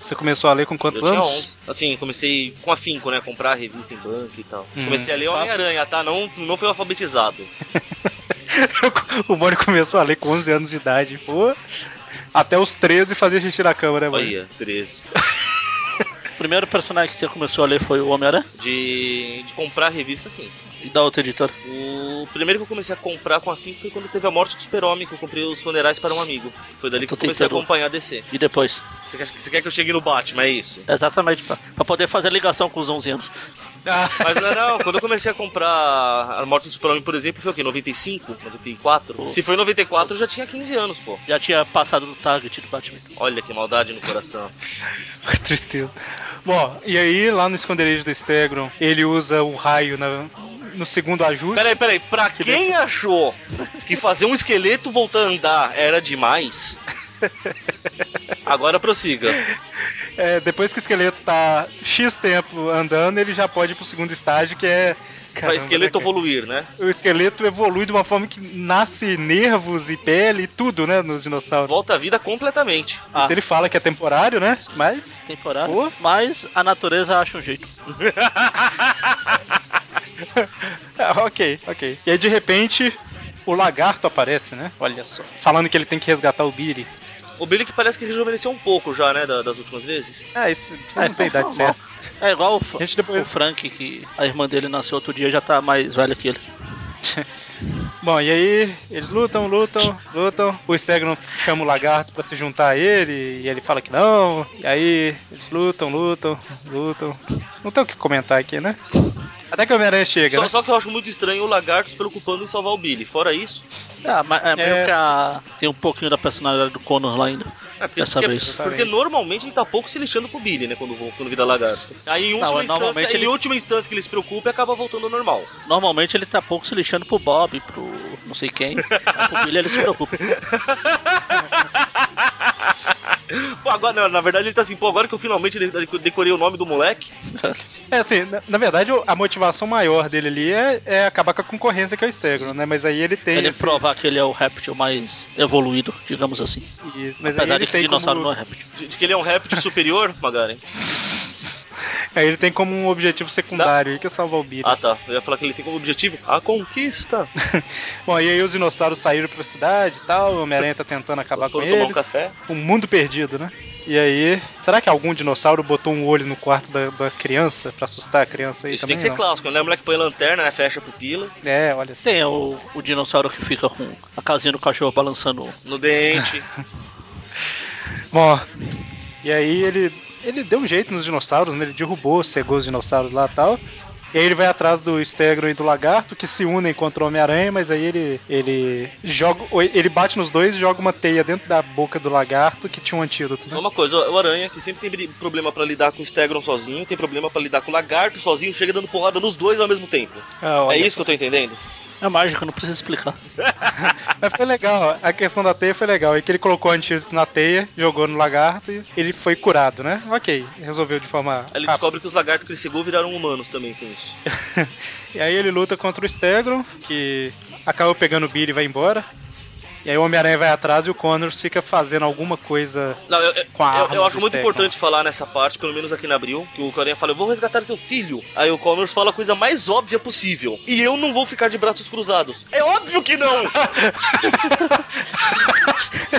S1: Você começou a ler com quantos
S3: eu tinha
S1: anos?
S3: 11. Assim, comecei com afinco, né? Comprar a revista em banco e tal.
S1: Hum.
S3: Comecei a ler Homem-Aranha, tá? Não, não fui alfabetizado.
S1: o Mônio começou a ler com 11 anos de idade, pô. Até os 13 fazia xixi na cama, né, Mônio?
S3: Olha, 13.
S2: O primeiro personagem que você começou a ler foi o Homem-Aranha?
S3: De, de comprar revista, sim.
S2: E da outra editora?
S3: O primeiro que eu comecei a comprar com afinco foi quando teve a morte do super-homem, que eu comprei os funerais para um amigo. Foi dali que
S2: Tô
S3: eu comecei a
S2: tentando.
S3: acompanhar a DC.
S2: E depois?
S3: Você quer, você quer que eu chegue no Batman, é isso?
S2: Exatamente, pra, pra poder fazer a ligação com os 11 anos.
S3: Mas não, é não, quando eu comecei a comprar a morte do super-homem, por exemplo, foi o quê? 95? 94? Se foi 94, eu já tinha 15 anos, pô.
S2: Já tinha passado do target do Batman.
S3: Olha que maldade no coração.
S1: Que Tristeza. Bom, e aí lá no esconderijo do Stegron, ele usa o raio na- no segundo ajuste.
S3: Peraí, peraí, pra quem achou que fazer um esqueleto voltar a andar era demais, agora prossiga.
S1: É, depois que o esqueleto tá X tempo andando, ele já pode ir pro segundo estágio, que é.
S3: Pra
S1: Caramba,
S3: esqueleto
S1: né, cara?
S3: evoluir, né?
S1: O esqueleto evolui de uma forma que nasce nervos e pele e tudo, né? Nos dinossauros.
S3: Volta à vida completamente.
S2: Ah.
S1: Ele fala que é temporário, né? Mas.
S2: Temporário.
S1: Pô.
S2: Mas a natureza acha um jeito.
S1: Ah, ok, ok. E aí de repente. O lagarto aparece, né? Olha só. Falando que ele tem que resgatar o Billy.
S3: O Billy que parece que rejuvenesceu um pouco já, né? da- Das últimas vezes.
S1: Ah, isso não tem idade
S2: normal.
S1: certa.
S2: É igual o, Fra-
S1: Gente, depois-
S2: o Frank, que a irmã dele nasceu outro dia já tá mais velha que ele.
S1: Bom, e aí eles lutam, lutam, lutam. O Stegron chama o lagarto pra se juntar a ele e ele fala que não. E aí eles lutam, lutam, lutam. Não tem o que comentar aqui, né? Até que o Homem-Aranha chega,
S3: Só,
S1: né?
S3: só que eu acho muito estranho o Lagarto se preocupando em salvar o Billy. Fora isso,
S2: Ah, mas é meio
S1: É.
S2: que a- tem um pouquinho da personalidade do Connor lá ainda.
S3: É, porque,
S2: Dessa
S3: porque-
S2: vez.
S3: porque normalmente ele tá pouco se lixando pro Billy, né? Quando, quando vira lagarto. Aí, em última,
S2: mas
S3: instância,
S2: normalmente
S3: ele... em
S2: ele-
S3: última instância que ele se preocupa e acaba voltando ao normal.
S2: Normalmente ele tá pouco se lixando pro Bob, pro não sei quem. Mas pro Billy ele se preocupa.
S3: Pô, agora, não, na verdade, ele tá assim, pô, agora que eu finalmente de- de- decorei o nome do moleque.
S1: É assim, na, na verdade o- a motivação maior dele ali é, é acabar com a concorrência que é o Stegron, né? Mas aí ele tem.
S2: ele
S1: esse-
S2: provar que ele é o réptil mais evoluído, digamos assim.
S1: isso, mas aí
S2: Apesar
S1: ele
S2: de que
S1: tem
S2: dinossauro
S1: como...
S2: não é réptil.
S3: De, de que ele é um réptil superior, Magaren.
S1: Aí ele tem como um objetivo secundário aí que é salvar o Billy.
S3: Ah, tá. Eu ia falar que ele tem como objetivo a conquista.
S1: Bom, e aí os dinossauros saíram pra cidade e tal, o Homem-Aranha tá tentando acabar com
S3: Foram
S1: eles.
S3: tomar um café.
S1: Um mundo perdido, né? E aí, será que algum dinossauro botou um olho no quarto da, da criança pra assustar a criança aí
S3: Isso
S1: também?
S3: tem que ser
S1: não?
S3: clássico, né? O moleque põe lanterna, né? Fecha a pupila.
S1: É, olha assim.
S2: Tem o, o dinossauro que fica com a casinha do cachorro balançando.
S3: No dente.
S1: Bom, e aí ele ele deu um jeito nos dinossauros, né? Ele derrubou, cegou os dinossauros lá e tal. E aí ele vai atrás do Stegron e do Lagarto, que se unem contra o Homem-Aranha, mas aí ele ele joga ele bate nos dois e joga uma teia dentro da boca do Lagarto que tinha um antídoto,
S3: Só
S1: né?
S3: É uma coisa, o Aranha, que sempre tem bri- problema pra lidar com o Stegron sozinho, tem problema pra lidar com o Lagarto sozinho, chega dando porrada nos dois ao mesmo tempo.
S1: Ah, olha.
S3: É isso que eu tô entendendo?
S2: É mágica, não precisa explicar.
S1: Mas foi legal, a questão da teia foi legal. É que ele colocou o antídoto na teia, jogou no lagarto e ele foi curado, né? Ok, resolveu de forma.
S3: Aí ele
S1: rápida.
S3: descobre que os lagartos que ele cegou viraram humanos também com isso.
S1: E aí ele luta contra o Stegron, que acaba pegando o Billy e vai embora. E aí o Homem-Aranha vai atrás e o Connor fica fazendo alguma coisa.
S3: Não, eu, eu-
S1: Com a
S3: eu-
S1: arma
S3: eu acho
S1: do
S3: muito
S1: Stegron.
S3: importante falar nessa parte, pelo menos aqui na Abril, que o Aranha fala, eu vou resgatar seu filho. Aí o Connors fala a coisa mais óbvia possível. E eu não vou ficar de braços cruzados. É óbvio que não!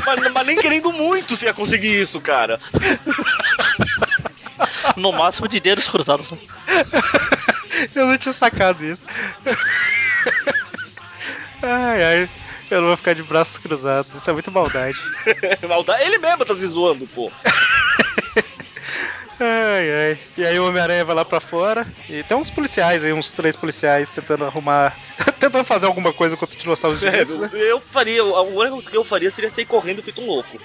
S3: mas, mas nem querendo muito você ia conseguir isso, cara.
S2: No máximo de dedos cruzados. né?
S1: Eu não tinha sacado isso. ai, ai. Eu não vou ficar de braços cruzados, isso é muito maldade.
S3: Maldade- Ele mesmo tá se zoando, pô.
S1: Ai, ai. E aí o Homem-Aranha vai lá pra fora. E tem uns policiais aí, uns três policiais tentando arrumar. tentando fazer alguma coisa contra o dinossauro
S3: É,
S1: gigante,
S3: eu,
S1: né?
S3: eu faria, a única coisa que eu faria seria sair correndo feito um louco.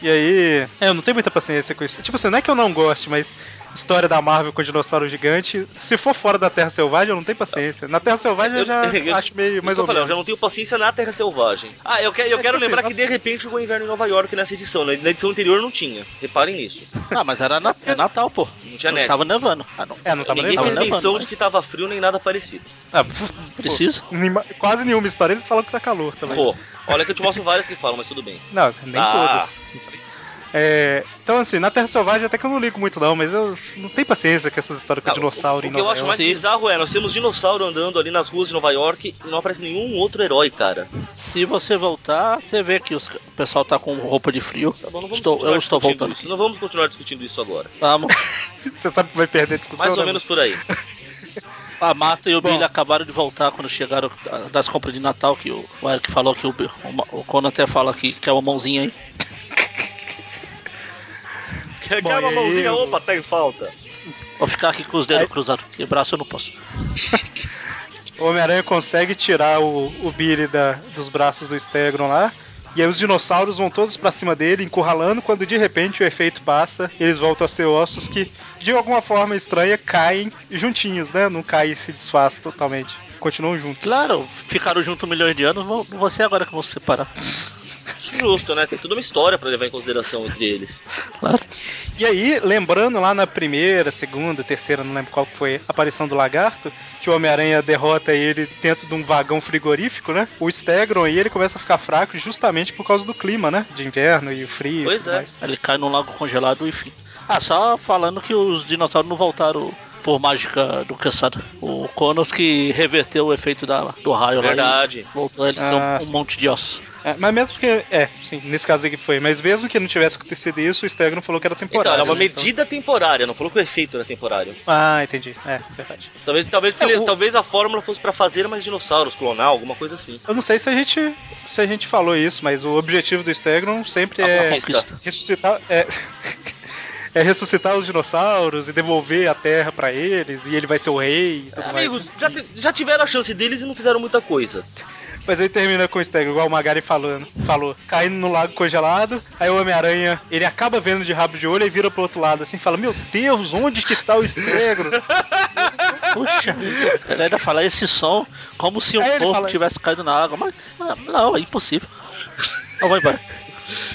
S1: E aí. É, eu não tenho muita paciência com isso. Tipo assim, não é que eu não goste, mas história da Marvel com dinossauro gigante. Se for fora da Terra Selvagem, eu não tenho paciência. Na Terra Selvagem eu, já acho meio
S3: Mas
S1: mais
S3: eu
S1: ou
S3: falei, eu
S1: menos.
S3: já não tenho paciência na Terra Selvagem. Ah, eu, que- eu
S1: É,
S3: quero
S1: tipo
S3: lembrar
S1: assim,
S3: que de repente chegou o inverno em Nova York nessa edição, né? Na edição anterior não tinha. Reparem nisso.
S2: Ah, mas era na- é Natal, pô.
S3: Não tinha
S2: Não
S3: neve.
S2: estava nevando. Ah, não.
S1: É, não tava nem
S3: Ninguém
S2: tava
S1: falando.
S3: fez
S2: nevando,
S3: menção
S2: mas-
S3: de que tava frio nem nada parecido.
S1: Ah, pô,
S2: Precisa?
S1: nima- Quase nenhuma história eles falam que tá calor também.
S3: Pô, olha que eu te mostro várias que falam, mas tudo bem.
S1: Não, nem
S3: Ah.
S1: todas. É, então, assim, na Terra Selvagem até que eu não ligo muito, não, mas eu não tenho paciência com essas histórias com
S3: Não,
S1: dinossauro
S3: o,
S1: em
S3: o que eu
S1: novela.
S3: acho mais
S2: Sim.
S3: bizarro é, nós temos dinossauro andando ali nas ruas de Nova York e não aparece nenhum outro herói, cara.
S2: Se você voltar, você vê que os- o pessoal tá com roupa de frio.
S3: Tá bom, não vamos
S2: estou,
S3: continuar
S2: eu estou
S3: discutindo
S2: voltando
S3: isso.
S2: aqui.
S3: Não vamos continuar discutindo isso agora.
S2: Vamos.
S1: Você sabe que vai perder a discussão,
S3: Mais ou
S1: né?
S3: menos por aí.
S2: A Marta e o
S1: Bom.
S2: Billy acabaram de voltar quando chegaram da- das compras de Natal, que o o Eric falou que o, Bi- o Ma- o Conan até fala que quer uma mãozinha aí.
S3: Quer
S1: Bom,
S3: quer
S1: e
S3: uma
S1: aí,
S3: mãozinha?
S1: eu-
S3: Opa, tá em falta.
S2: Vou ficar aqui com os dedos cruzados, que braço eu não posso.
S1: O Homem-Aranha consegue tirar o, o Billy da- dos braços do Stegron lá. E aí os dinossauros vão todos pra cima dele, encurralando, quando de repente o efeito passa, eles voltam a ser ossos que, de alguma forma estranha, caem juntinhos, né? Não cai e se desfaz totalmente. Continuam juntos.
S2: Claro, ficaram juntos milhões de anos, vão- você agora que vão se separar.
S3: Justo, né? Tem toda uma história pra levar em consideração entre eles.
S2: Claro.
S1: E aí, lembrando lá na primeira, segunda, terceira, não lembro qual que foi a aparição do lagarto, que o Homem-Aranha derrota ele dentro de um vagão frigorífico, né? O Stegron aí ele começa a ficar fraco justamente por causa do clima, né? De inverno e o frio. e
S3: Pois
S1: tudo
S3: é.
S1: mais.
S2: Ele cai num lago congelado, enfim. Ah, só falando que os dinossauros não voltaram por mágica do cansado. O Conos que reverteu o efeito da, do raio lá
S3: Verdade.
S2: e voltou a ele ser
S1: Ah,
S2: um- um,
S1: sim.
S2: monte de ossos.
S1: É, mas mesmo que. É, sim, nesse caso aqui foi. Mas mesmo que não tivesse acontecido isso, o Stegron falou que era
S3: Então,
S1: temporário.
S3: era uma
S1: né? Então-
S3: medida temporária, não falou que o efeito era temporário.
S1: Ah, entendi. É, verdade.
S3: Talvez, talvez, porque
S1: É,
S3: ele-
S1: o-
S3: talvez a fórmula fosse pra fazer mais dinossauros, clonar, alguma coisa assim.
S1: Eu não sei se a gente se a gente falou isso, mas o objetivo do Stegron sempre
S3: A
S1: é
S3: conquista.
S1: ressuscitar é, é ressuscitar os dinossauros e devolver a terra pra eles e ele vai ser o rei e tudo mais.
S3: Amigos, já, te- já tiveram a chance deles e não fizeram muita coisa.
S1: Mas aí termina com o Stegron, igual o Magari falando, falou, caindo no lago congelado, aí o Homem-Aranha, ele acaba vendo de rabo de olho e vira pro outro lado assim, e fala: "Meu Deus, onde que tá o Stegron?"
S2: Puxa, ele ainda fala esse som como se um
S1: Aí É, ele
S2: corpo
S1: fala-
S2: tivesse caído na água, mas ah, não, é impossível. Eu vou embora.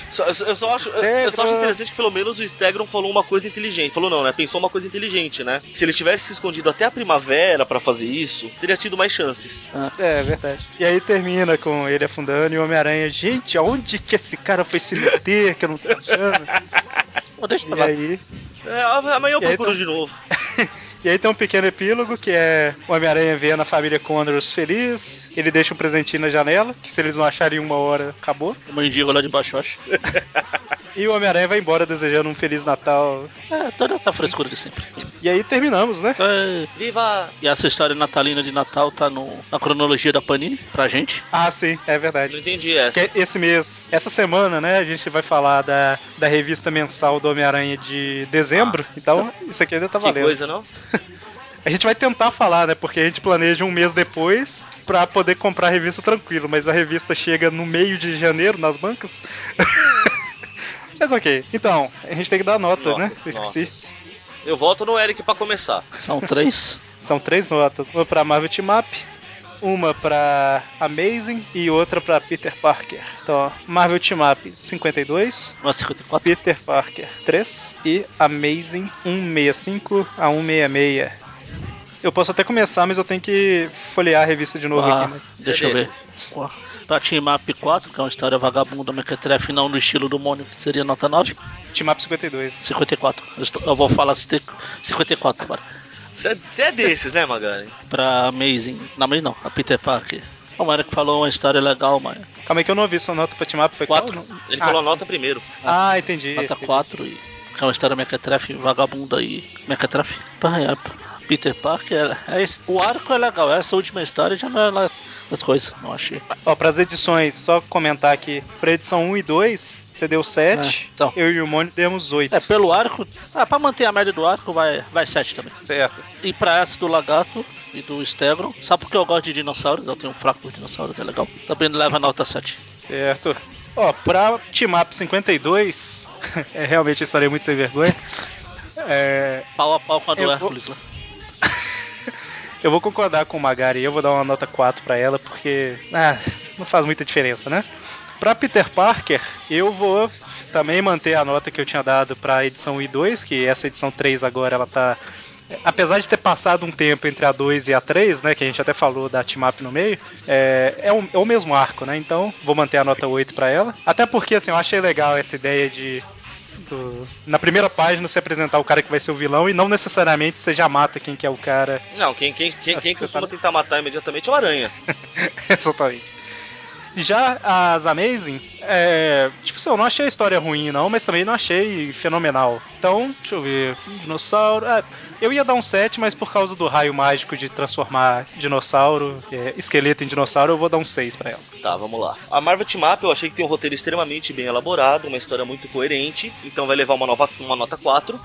S3: Só- eu, só- eu só acho, eu, eu só acho
S1: Stegron.
S3: interessante que pelo menos o Stegron falou uma coisa inteligente. Falou não, né? Pensou uma coisa inteligente, né? Se ele tivesse se escondido até a primavera pra fazer isso, teria tido mais chances.
S1: É, verdade. E aí termina com ele afundando e o Homem-Aranha, gente, aonde que esse cara foi se meter que eu não tô achando?
S2: Bom, deixa pra
S1: E
S2: lá.
S1: aí
S3: É, amanhã eu
S1: E aí,
S3: procuro
S1: então-
S3: de novo.
S1: E aí tem um pequeno epílogo que é o Homem-Aranha vendo a família Connors feliz. Ele deixa um presentinho na janela, que se eles não acharem em uma hora, acabou.
S2: O mendigo lá de baixo, eu acho.
S1: E o Homem-Aranha vai embora desejando um Feliz Natal.
S2: É, toda essa frescura de sempre.
S1: E aí terminamos, né?
S2: É,
S3: Viva!
S2: e essa história natalina de Natal tá no- na cronologia da Panini, pra gente.
S1: Ah, sim, é
S3: Não
S1: verdade.
S3: entendi essa.
S1: Que Esse mês, essa semana, né, a gente vai falar da, da revista mensal do Homem-Aranha de dezembro. Então, isso aqui ainda tá
S3: Que
S1: valendo.
S3: coisa, não?
S1: A gente vai tentar falar, né? Porque a gente planeja um mês depois pra poder comprar a revista tranquilo, mas a revista chega no meio de janeiro nas bancas. mas ok. Então, a gente tem que dar nota, né?
S3: Notas,
S1: Eu esqueci.
S3: notas. Eu volto no Eric pra começar.
S2: São três.
S1: São três notas: uma pra Marvel Team Up, uma pra Amazing e outra pra Peter Parker. Então, ó, Marvel Team Up 52.
S2: Nossa, 54.
S1: Peter Parker 3 e Amazing 165 a 166. Eu posso até começar, mas eu tenho que folhear a revista de novo
S2: Ah,
S1: aqui, né?
S2: deixa eu ver.
S3: é Desses.
S2: Ó, Pra Team Up 4, que é uma história vagabunda, mequetrefe, não no estilo do Mônico, que seria nota 9.
S1: Team Up 52.
S2: 54. Eu, estou- eu vou falar 54 agora.
S3: Você é, você é desses, né, Magari?
S2: Pra Amazing. Não, Amazing não, a Peter Parker. O Mário que falou uma história legal, mas
S1: Calma aí que eu não ouvi sua nota pra Team Up, foi
S2: Quatro.
S1: qual? Não-
S3: Ele
S1: Ah,
S3: falou a nota primeiro.
S1: Ah, entendi.
S2: nota 4 e que é uma história mequetrefe, vagabunda e mequetrefe. Pai, é- Peter Parker, é, é esse- o arco é legal, essa última história já não é lá das coisas, não achei.
S1: Ó, pras edições, só comentar aqui. Pra edição 1 e 2, você deu 7.
S2: É, então.
S1: Eu e o Mônio demos 8.
S2: É, pelo arco, ah, pra manter a média do arco vai, vai 7 também.
S1: Certo.
S2: E pra essa do lagarto e do Stegron, só porque eu gosto de dinossauros, eu tenho um fraco por dinossauros, é legal. Também leva nota 7.
S1: Certo. Ó, pra Team Up 52, é realmente eu estarei muito sem vergonha. É,
S2: Pau a pau com a do
S1: Eu vou-
S2: Hércules lá.
S1: Eu vou concordar com o Magari, eu vou dar uma nota 4 pra ela, porque ah, não faz muita diferença, né? Pra Peter Parker, eu vou também manter a nota que eu tinha dado pra edição 1 e 2, que essa edição 3 agora ela tá. Apesar de ter passado um tempo entre a 2 e a 3, né? Que a gente até falou da team up no meio, é, é, o, é o mesmo arco, né? Então vou manter a nota 8 pra ela. Até porque, assim, eu achei legal essa ideia de do- na primeira página você apresentar o cara que vai ser o vilão e não necessariamente você já mata quem que é o cara
S3: Não, quem, quem, quem,
S1: Acho
S3: quem
S1: que você
S3: costuma
S1: sabe.
S3: tentar matar imediatamente é o Aranha.
S1: Exatamente. Já as Amazing, é, tipo, assim, eu não achei a história ruim, não, mas também não achei fenomenal. Então, deixa eu ver. Dinossauro. é, eu ia dar um 7, mas por causa do raio mágico de transformar dinossauro, é, esqueleto em dinossauro, eu vou dar um 6 pra ela.
S3: Tá, vamos lá. A Marvel Team Up eu achei que tem um roteiro extremamente bem elaborado, uma história muito coerente, então vai levar uma, nova, uma nota 4.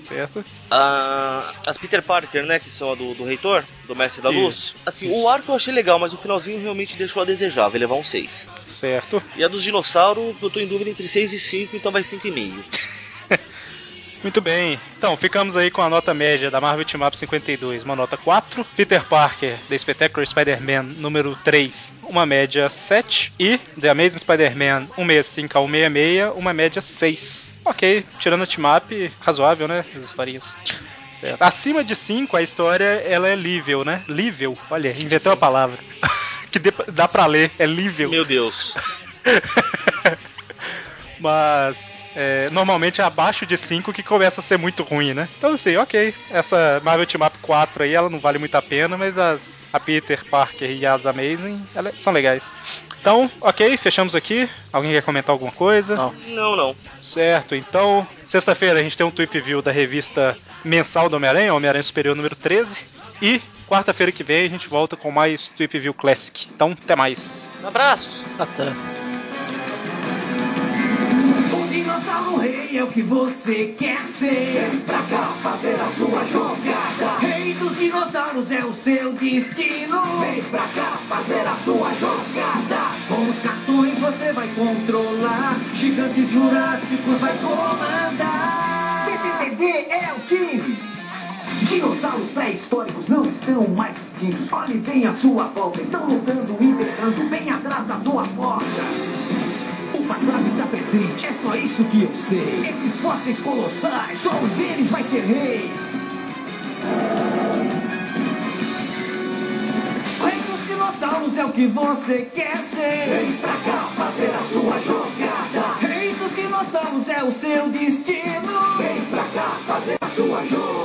S1: Certo?
S3: Ah, as Peter Parker, né, que são a do, do Reitor, do Mestre da
S1: Isso,
S3: Luz. Assim,
S1: isso.
S3: o arco eu achei legal, mas o finalzinho realmente deixou a desejar, vai levar um 6.
S1: Certo.
S3: E a dos dinossauros, eu tô em dúvida entre 6 e 5, então vai 5,5.
S1: Muito bem. Então, ficamos aí com a nota média da Marvel Team Up 52, uma nota 4. Peter Parker, The Spectacular Spider-Man número 3, uma média 7. E The Amazing Spider-Man 165 a 166, uma média 6. Ok, tirando a Team Up, razoável, né? As historinhas. Certo. Acima de 5, a história ela é lível, né? Lível. Olha, inventei uma palavra. que dê pra- dá pra ler, é lível.
S3: Meu Deus.
S1: Mas é, normalmente é abaixo de 5 que começa a ser muito ruim, né? Então assim, ok. Essa Marvel Team Up 4 aí, ela não vale muito a pena, mas as a Peter Parker e as Amazing elas são legais. Então, ok, fechamos aqui. Alguém quer comentar alguma coisa?
S2: Não.
S3: Não, não.
S1: Certo, então, sexta-feira a gente tem um tweet view da revista mensal do Homem-Aranha, Homem-Aranha Superior número 13. E quarta-feira que vem a gente volta com mais tweet view classic. Então, até mais.
S3: Abraços.
S2: Até.
S6: O dinossauro rei é o que você quer ser. Vem pra cá fazer a sua jogada. Rei dos dinossauros é o seu destino. Vem pra cá fazer a sua jogada. Com os cartões você vai controlar. Gigantes jurássicos vai comandar. BBB é o time. Dinossauros pré-históricos não estão mais extintos. Olhe bem à sua volta. Estão lutando e berrando bem atrás da sua porta. O passado está presente, é só isso que eu sei. Esses fósseis colossais, só um deles vai ser rei. Rei dos dinossauros é o que você quer ser. Vem pra cá fazer a sua jogada. Rei dos dinossauros é o seu destino. Vem pra cá fazer a sua jogada.